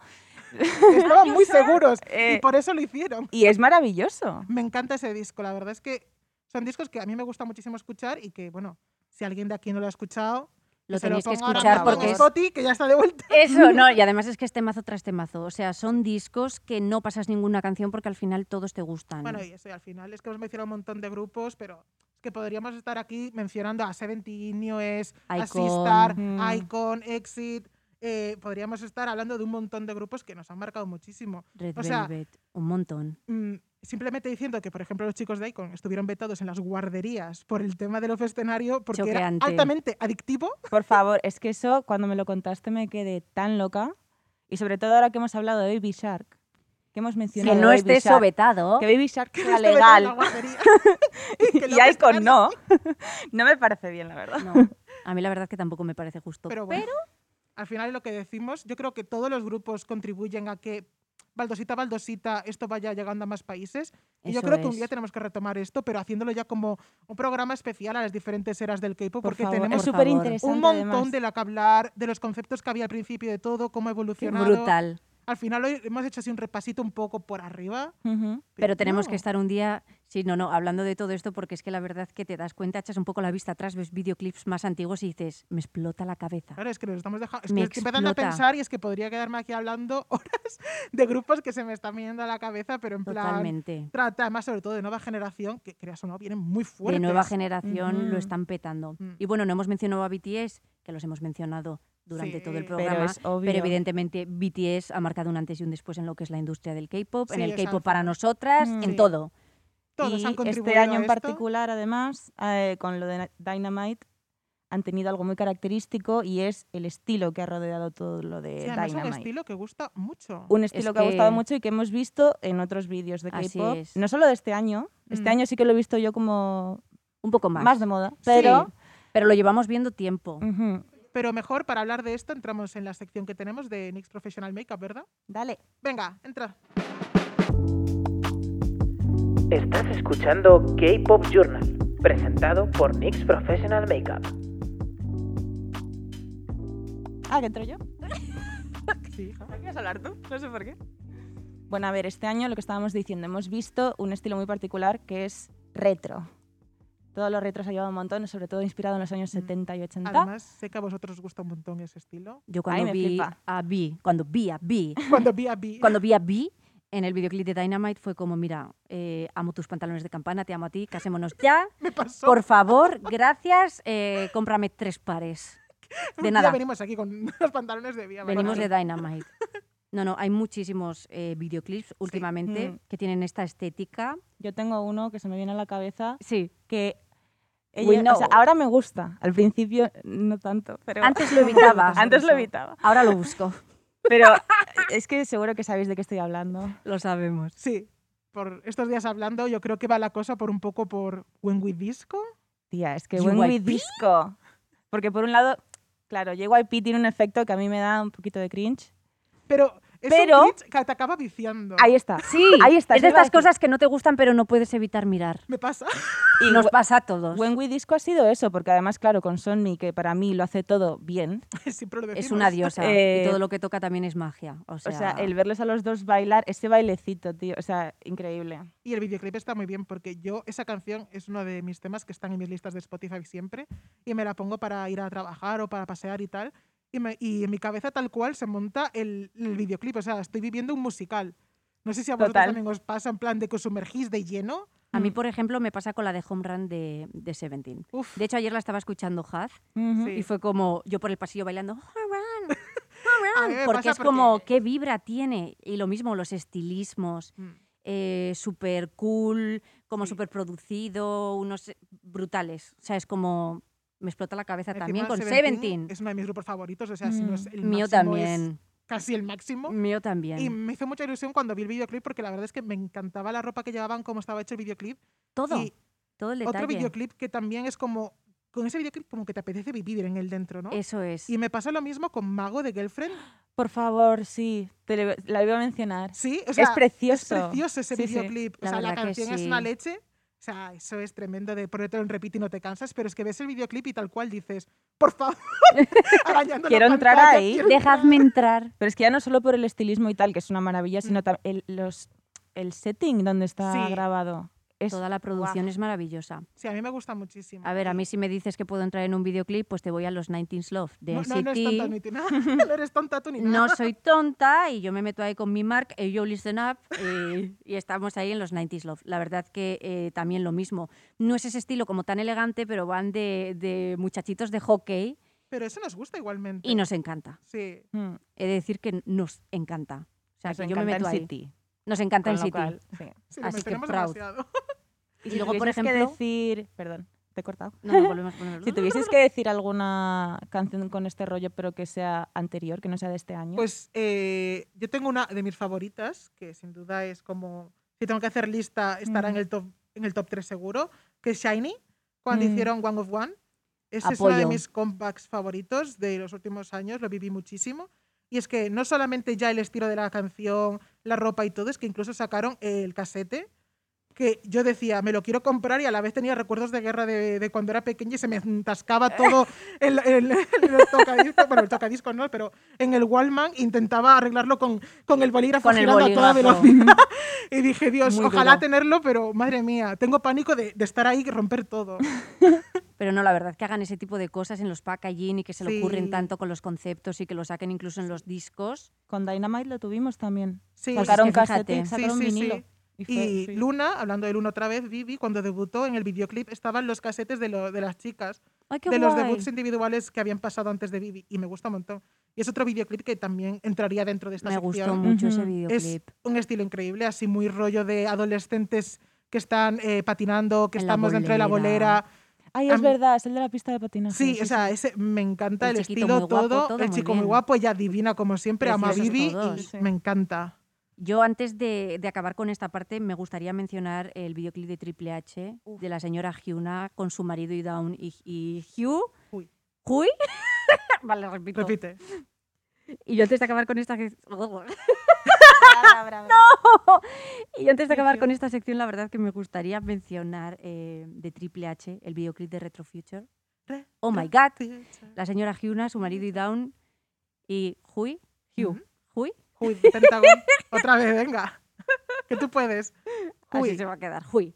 B: Estaban muy seguros y
C: Eh,
B: por eso lo hicieron.
C: Y es maravilloso.
B: Me encanta ese disco, la verdad es que son discos que a mí me gusta muchísimo escuchar y que, bueno, si alguien de aquí no lo ha escuchado,
D: Lo
B: se lo
D: tenéis que
B: ponga ahora
D: escuchar
B: mismo en
D: porque es
B: Spotify, que ya [laughs] está de vuelta.
D: Eso, no, y además es que es temazo tras temazo. O sea, son discos que no pasas ninguna canción porque al final todos te gustan.
B: Bueno, y eso, y al final es que hemos mencionado un montón de grupos, pero es que podríamos estar aquí mencionando a Seventeen, News, a
D: Icon.
B: Sistar,
C: Mm.
B: Icon, Exit. eh, podríamos estar hablando de un montón de grupos que nos han marcado muchísimo.
D: Red
B: o sea-
D: Velvet, un montón.
B: Mm, simplemente diciendo que, por ejemplo, los chicos de Icon estuvieron vetados en las guarderías por el tema del escenario porque
D: Choqueante.
B: era altamente adictivo. [laughs]
C: Por favor, es que eso, cuando me lo contaste, me quedé tan loca. Y sobre todo ahora que hemos hablado de Baby Shark, que hemos
D: Que
C: mencionado.
D: no
C: Baby
D: esté
C: Shark,
D: sobetado.
C: Que Baby Shark sea
B: Está vetado en este la
C: [laughs] legal.
B: guardería. que
C: Y
B: luego
C: Icon
B: están-
C: no. [laughs] No me parece bien, la verdad.
B: [laughs]
D: No, a mí la verdad que tampoco me parece justo.
B: Pero bueno, al final es lo que decimos. Yo creo que todos los grupos contribuyen a que baldosita baldosita esto vaya llegando a más países. Y yo
D: Eso
B: creo que un
D: es.
B: día tenemos que retomar esto, pero haciéndolo ya como un programa especial a las diferentes eras del K-pop, porque
D: favor,
B: tenemos
D: por
C: es súper interesante.
B: un montón de lo que hablar, de los conceptos que había al principio, de todo, cómo ha evolucionado.
D: Brutal.
B: Al final hoy hemos hecho así un repasito un poco por arriba.
D: Pero tenemos
B: no.
D: que estar un día, sí, no, no, hablando de todo esto porque es que la verdad que te das cuenta, echas un poco la vista atrás, ves videoclips más antiguos y dices, me explota la cabeza.
B: Claro, es que nos estamos dejando. Es
D: Me
B: que estoy empezando a
D: explota.
B: pensar y es que podría quedarme aquí hablando [laughs] horas de grupos que se me están viniendo a la cabeza, pero en plan.
D: Totalmente.
B: trata además sobre todo de nueva generación, que creas o no, vienen muy fuertes.
D: De nueva generación
C: Ujú.
D: lo están petando.
B: Mm.
D: Y bueno, no hemos mencionado a BTS, que los hemos mencionado durante todo el
B: Sí, pero
D: programa.
C: Pero es obvio.
D: Pero evidentemente BTS ha marcado un antes y un después en lo que es la industria del K-pop, en
B: Sí,
D: el
B: exacto.
D: K-pop para nosotras,
C: Mm.
D: en
B: Sí.
D: todo.
B: Todos
C: y
B: han contribuido
C: este año
B: a
C: en
B: esto.
C: particular, además, eh, con lo de Na- Dynamite, han tenido algo muy característico y es el estilo que ha rodeado todo lo de
B: Sí, además
C: Dynamite.
B: un estilo que gusta mucho.
C: Un estilo
D: Es
C: que, ha gustado
D: que-
C: mucho y que hemos visto en otros vídeos de
D: Así
C: K-pop.
D: es.
C: No solo de este año. Este
B: Mm.
C: año sí que lo he visto yo como
D: Un poco más.
C: más, de moda.
D: Sí,
C: Pero
D: pero lo llevamos viendo tiempo.
C: Ujú.
B: Pero mejor, para hablar de esto, entramos en la sección que tenemos de NYX Professional Makeup, ¿verdad?
C: dale.
B: Venga, entra.
A: Estás escuchando K-Pop Journal, presentado por NYX Professional Makeup.
C: Ah, que entro yo.
B: Sí, hija.
C: ¿Quieres hablar tú? No sé por qué. Bueno, a ver, este año lo que estábamos diciendo, hemos visto un estilo muy particular que es retro. Todos los retros ha llevado un montón, sobre todo inspirado en los años
B: Mm.
C: 70 y 80.
B: Además, sé que a vosotros os gusta un montón ese estilo.
D: Yo
C: Mm. Ay,
D: cuando
C: me
D: vi
C: flipa.
D: a B, cuando vi a B,
B: Cuando vi a B.
D: cuando vi a B en el videoclip de Dynamite fue como, mira, eh, amo tus pantalones de campana, te amo a ti, casémonos ya.
B: [laughs] me pasó.
D: Por favor, gracias, eh, cómprame tres pares. De
B: Un día
D: nada,
B: venimos aquí con [laughs] los pantalones de Bia.
D: venimos de
B: Manolo.
D: Dynamite. No, no, hay muchísimos eh, videoclips últimamente
C: Mm.
D: que tienen esta estética.
C: Yo tengo uno que se me viene a la cabeza
D: Sí,
C: que...
D: We
C: ella- o sea,
D: know.
C: ahora me gusta, al principio no tanto, pero
D: antes lo evitaba.
C: [laughs] antes lo evitaba.
D: Ahora lo busco.
C: Pero [laughs] es que seguro que sabéis de qué estoy hablando.
D: Lo sabemos.
B: Sí. Por estos días hablando, yo creo que va la cosa por un poco por When We Disco.
C: Tía, es que
D: ¿Y
C: buen
D: YP?
C: disco. Porque por un lado, claro, JYP tiene un efecto que a mí me da un poquito de cringe.
B: Pero es
C: Pero-
B: un glitch que te acaba viciando.
C: Ahí está.
D: Sí,
C: [laughs] Ahí está,
D: es de
C: eso iba a decir.
D: estas cosas que no te gustan pero no puedes evitar mirar.
B: Me pasa. [laughs]
C: Y
D: Nos
C: We-
D: pasa a todos.
C: When We Disco ha sido eso, porque además, claro, con Sonny, que para mí lo hace todo bien.
B: Siempre lo
D: Es
B: decimos.
D: una diosa
C: Eh,
D: y todo lo que toca también es magia. O sea,
C: O sea, el verles a los dos bailar, ese bailecito, tío, o sea, increíble.
B: Y el videoclip está muy bien porque yo, esa canción es uno de mis temas que están en mis listas de Spotify siempre y me la pongo para ir a trabajar o para pasear y tal. Y, me- y en mi cabeza tal cual se monta el, el videoclip, o sea, estoy viviendo un musical. No sé si a vosotros
C: Total.
B: también os pasa en plan de que os sumergís de lleno.
D: a
C: Mm.
D: mí, por ejemplo, me pasa con la de Home Run de, de Seventeen.
B: Uf,
D: De hecho, ayer la estaba escuchando Haz
C: Ujú.
B: Sí.
D: y fue como yo por el pasillo bailando "Home Run,
B: [laughs] a mí me
D: porque
B: pasa
D: es como qué vibra tiene y lo mismo los estilismos
B: Mm.
D: eh, súper cool como
B: Sí.
D: súper producido unos brutales o sea es como me explota la cabeza
B: encima
D: también con
B: Seventeen
D: Seventeen Mm,
B: Es uno de mis grupos favoritos, o sea, si no es el
D: mío
B: máximo, es
D: también
B: casi el máximo.
D: mío también
B: Y me hizo mucha ilusión cuando vi el videoclip porque la verdad es que me encantaba la ropa que llevaban, cómo estaba hecho el videoclip.
D: todo
B: Y
D: todo el
B: otro
D: detalle
B: videoclip que también es como, con ese videoclip como que te apetece vivir en él dentro, ¿no?
D: eso es
B: Y me pasa lo mismo con Mago de Girlfriend.
C: Por favor, sí, te le- la iba a mencionar.
B: Sí, o sea,
C: es precioso.
B: precioso ese
C: Sí, sí.
B: videoclip. O
D: La
B: sea, la
D: verdad que
B: canción es
D: sí.
B: una leche. O sea, eso es tremendo de ponértelo en repeat y no te cansas, pero es que ves el videoclip y tal cual dices, por favor, [laughs] arañando la
C: Quiero entrar
B: pantalla,
C: ahí.
B: quiero- [laughs]
D: Dejadme entrar.
C: Pero es que ya no solo por el estilismo y tal, que es una maravilla, sino también el, los- el setting donde está
B: Sí.
C: grabado. Es,
D: Toda la producción es maravillosa.
B: Sí, a mí me gusta muchísimo.
D: A ver, a mí si me dices que puedo entrar en un videoclip, pues te voy a los 19's Love de
B: no, no, no eres
D: NCT.
B: tonta ni tú, [laughs] nada. No eres tonta tú ni nada.
C: [laughs]
D: No soy tonta y yo me meto ahí con mi Mark, eh, yo listen up eh, y estamos ahí en los 90s Love. La verdad que eh, también lo mismo. No es ese estilo como tan elegante, pero van de, de muchachitos de hockey
B: Pero eso nos gusta igualmente.
D: y nos encanta.
B: Sí.
C: Mm.
D: He de decir que nos encanta. O sea,
C: Nos
D: que yo me
C: encanta el
D: meto ahí.
C: City.
D: Nos encanta
C: con
D: el
C: lo
D: City.
C: cual, sí.
B: Sí, lo
D: Así que
B: tenemos
D: proud.
B: demasiado. [laughs]
D: Y
C: si
D: luego, por
C: tuvieses
D: ejemplo-
C: que decir, perdón, te he cortado.
D: No, no, volvemos [laughs] a ponerlo.
C: Si tuvieses que decir alguna canción con este rollo, pero que sea anterior, que no sea de este año.
B: Pues eh, yo tengo una de mis favoritas, que sin duda es como, si tengo que hacer lista, estará en,
C: Mm.
B: el top, en el top 3 seguro, que es Shiny, cuando
C: Mm.
B: hicieron One of One. Ese es uno de
D: Apoyo.
B: mis comebacks favoritos de los últimos años, lo viví muchísimo. Y es que no solamente ya el estilo de la canción, la ropa y todo, es que incluso sacaron el casete, que yo decía, me lo quiero comprar y a la vez tenía recuerdos de guerra de, de cuando era pequeña y se me atascaba todo en, en- en los tocadiscos, bueno, el tocadiscos no, pero en el Wallman intentaba arreglarlo con, con el bolígrafo
D: Con el
B: girando a toda
D: bolígrafo.
B: velocidad. [laughs] y dije, Dios,
C: Muy
B: ojalá
C: duro.
B: tenerlo, pero madre mía, tengo pánico de, de estar ahí y romper todo.
D: Pero no, la verdad que hagan ese tipo de cosas en los packaging y que se lo ocurren
B: Sí.
D: tanto con los conceptos y que lo saquen incluso en los discos.
C: Con Dynamite lo tuvimos también.
B: Sí,
C: sacaron
D: es que
C: casete,
D: fíjate.
C: sacaron
B: Sí, sí, sí.
C: vinilo. Pues fue-
B: Y
C: sí.
B: Luna, hablando de Luna otra vez, Vivi, cuando debutó en el videoclip, estaban los casetes de, lo- de las chicas,
D: ¡Ay, qué
B: de los
D: guay!
B: debuts individuales que habían pasado antes de Vivi, y me gusta un montón. Y es otro videoclip que también entraría dentro de esta
D: Me gustó
B: sección.
D: mucho ese
C: Ujú.
B: es
D: videoclip.
B: un estilo increíble, así muy rollo de adolescentes que están eh, patinando, que
D: En la
B: estamos dentro de la
D: bolera.
B: bolera.
C: Ay,
B: a
C: es
B: mí-
C: verdad, es el de la pista de patinaje.
B: Sí, o sea, ese, me encanta
D: El
B: el,
D: chiquito
B: estilo,
D: muy guapo,
B: todo,
D: todo
B: El
D: muy
B: chico muy
D: bien.
B: guapo, ella divina como siempre, ama a
D: Preciosos
B: Vivi
D: todos.
B: y
C: Sí.
B: me encanta.
D: Yo antes de, de acabar con esta parte me gustaría mencionar el videoclip de Triple H de la señora Hyuna con su marido y Down y, y Hugh.
B: Hui.
D: Hui. [laughs] vale, repito.
B: Repite.
D: Y yo antes de acabar con esta sec- [laughs]
C: no.
D: y yo antes de acabar con esta sección, la verdad que me gustaría mencionar eh, de Triple H el videoclip de Retro Future.
B: Re-
D: Oh my God.
B: re-
D: La señora Hyuna, su marido y Down y Hui. Hugh.
B: Ujú.
D: Hui.
B: Uy, Pentagón, otra vez, venga. [laughs] Que tú puedes.
D: Así
B: Hui.
D: se va a quedar. Hui.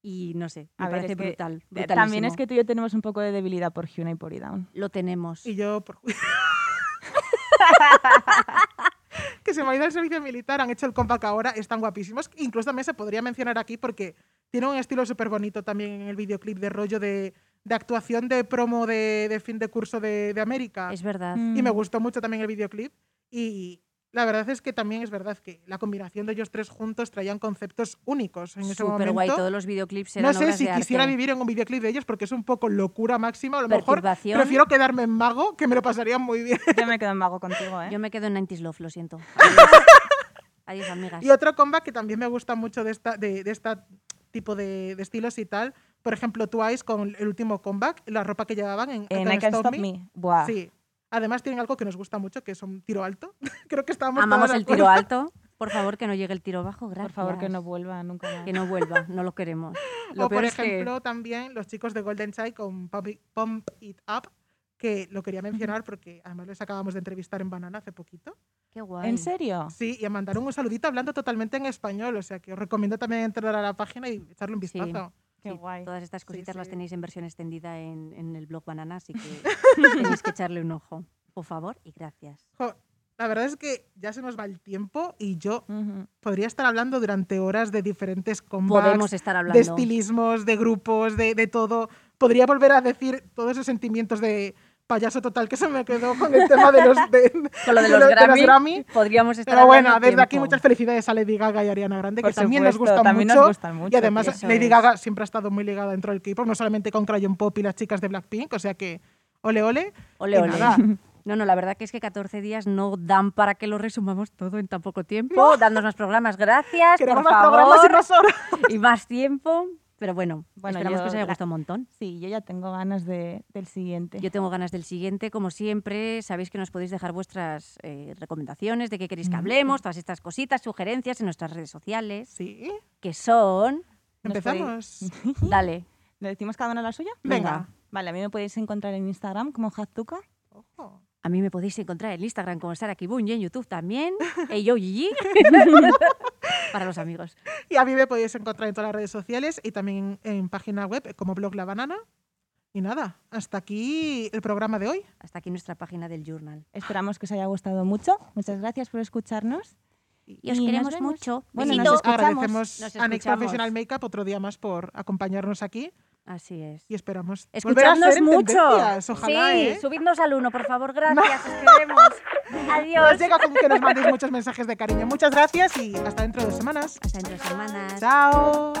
D: Y no sé, me
C: A ver,
D: parece
C: es que eh,
D: brutal.
C: También es
D: brutalísimo.
C: que tú y yo tenemos un poco de debilidad por Hyuna y por Idown.
D: lo tenemos.
B: Y yo
D: [laughs]
B: por que se me ha ido el servicio militar, han hecho el compact ahora, están guapísimos. Incluso también se podría mencionar aquí porque tiene un estilo súper bonito también en el videoclip de rollo de, de actuación de promo de, de fin de curso de, de América.
D: Es mm. verdad.
B: Y me gustó mucho también el videoclip. Y la verdad es que también es verdad que la combinación de ellos tres juntos traían conceptos únicos en ese
D: Súper
B: momento.
D: guay. Todos los videoclips eran
B: No sé
D: obras
B: si
D: de
B: quisiera
D: arte.
B: vivir en un videoclip de ellos porque es un poco locura máxima. A lo mejor
D: Perturbación.
B: prefiero quedarme en mago, que me lo pasaría muy bien. [laughs]
C: Yo me quedo en vago contigo, ¿eh?
D: Yo me quedo en 90s Love, lo siento. Adiós, Adiós, amigas.
B: Y otro combat que también me gusta mucho de esta, de, de esta tipo de, de estilos y tal. Por ejemplo, Twice con el último comeback, la ropa que llevaban en, I
C: en
B: Can't
C: I Can't Stop Me. Buah.
B: Sí. Además tienen algo que nos gusta mucho, que es un tiro alto. [laughs] Creo que estábamos
D: Amamos
B: todas de
D: el tiro
B: acuerdo.
D: alto. Por favor, que no llegue el tiro bajo.
C: Por
D: Gracias.
C: favor, que no vuelva nunca más.
D: Que no vuelva. No lo queremos. Lo
B: o
D: peor
B: por
D: es que-
B: ejemplo también los chicos de Golden Child con Pump It- Pump It Up, que lo quería mencionar porque además les acabamos de entrevistar en Banana hace poquito.
D: Qué guay.
C: ¿En serio?
B: Sí, y mandaron un saludito hablando totalmente en español, o sea que os recomiendo también entrar a la página y echarle un
D: Sí.
B: vistazo.
C: Qué
D: Sí,
C: guay.
D: Todas estas cositas las
B: sí.
D: tenéis en versión extendida en, en el blog Banana, así que tenéis que echarle un ojo. Por favor y gracias.
B: Jo, la verdad es que ya se nos va el tiempo y yo
D: Mm.
C: Ujú.
B: podría estar hablando durante horas de diferentes
D: Podemos
B: combats,
D: estar
B: de
D: hablando.
B: estilismos, de grupos, de, de todo. Podría volver a decir todos esos sentimientos de payaso total que se me quedó con el tema de los, de-
D: [laughs] Con
B: [laughs]
D: lo de
B: de
D: los,
B: los- de los
D: Grammy,
B: Grammy.
D: podríamos estar
B: Pero bueno,
D: hablando
B: desde aquí
D: tiempo.
B: muchas felicidades a Lady Gaga y Ariana Grande,
C: Por
B: que también nos
C: supuesto,
B: gustan
C: también nos
B: mucho.
C: gustan mucho,
B: Y además,
D: eso
B: Lady
D: es.
B: Gaga siempre ha estado muy ligada dentro del K-pop, no solamente con Crayon Pop y las chicas de Blackpink, o sea que, ole, ole.
D: Ole,
B: Y
D: ole.
B: nada.
D: [laughs] No, no, la verdad que es que 14 días no dan para que lo resumamos todo en tan poco tiempo. Dadnos más programas, gracias,
B: Queremos
D: por
B: más
D: favor.
B: programas
D: [laughs]
B: y más horas.
D: y más tiempo. Pero bueno,
C: Bueno,
D: esperamos
C: yo
D: que os haya
C: la-
D: gustado un montón.
C: Sí, yo ya tengo ganas de, del siguiente.
D: Yo tengo ganas del siguiente, como siempre. Sabéis que nos podéis dejar vuestras eh, recomendaciones de qué queréis que hablemos, todas estas cositas, sugerencias en nuestras redes sociales,
B: Sí,
D: que son.
B: empezamos.
D: Dale,
C: [laughs] ¿Le decimos cada una la suya?
B: Venga.
D: venga.
C: Vale, a mí me podéis encontrar en Instagram como Hazuka.
B: Ojo.
D: A mí me podéis encontrar en Instagram como Sara Kibun y en YouTube
B: [laughs]
D: también. Hey, yo, Gigi. [laughs] Para los amigos.
B: Y a mí me podéis encontrar en todas las redes sociales y también en página web como blog La Banana. Y nada, hasta aquí el programa de hoy.
D: Hasta aquí nuestra página del journal.
C: Esperamos que os haya gustado mucho. Muchas gracias por escucharnos.
D: Y os
C: Y nos
D: queremos
C: vemos.
D: mucho.
C: Bueno,
D: Besito.
C: nos escuchamos.
B: Agradecemos
D: Nos
B: a Next
D: escuchamos.
B: Professional Makeup otro día más por acompañarnos aquí
D: Así es.
B: Ah. y esperamos volver a
D: Escuchadnos
B: hacer en
D: mucho.
B: tendencias, Ojalá,
D: sí,
B: ¿eh?
D: subidnos al uno, por
B: [laughs]
D: favor. Gracias, os queremos.
B: Nos
D: Adiós.
B: llega con que nos mandéis muchos mensajes de cariño. Muchas gracias y hasta dentro de dos semanas.
D: Hasta entre semanas.
B: Chao.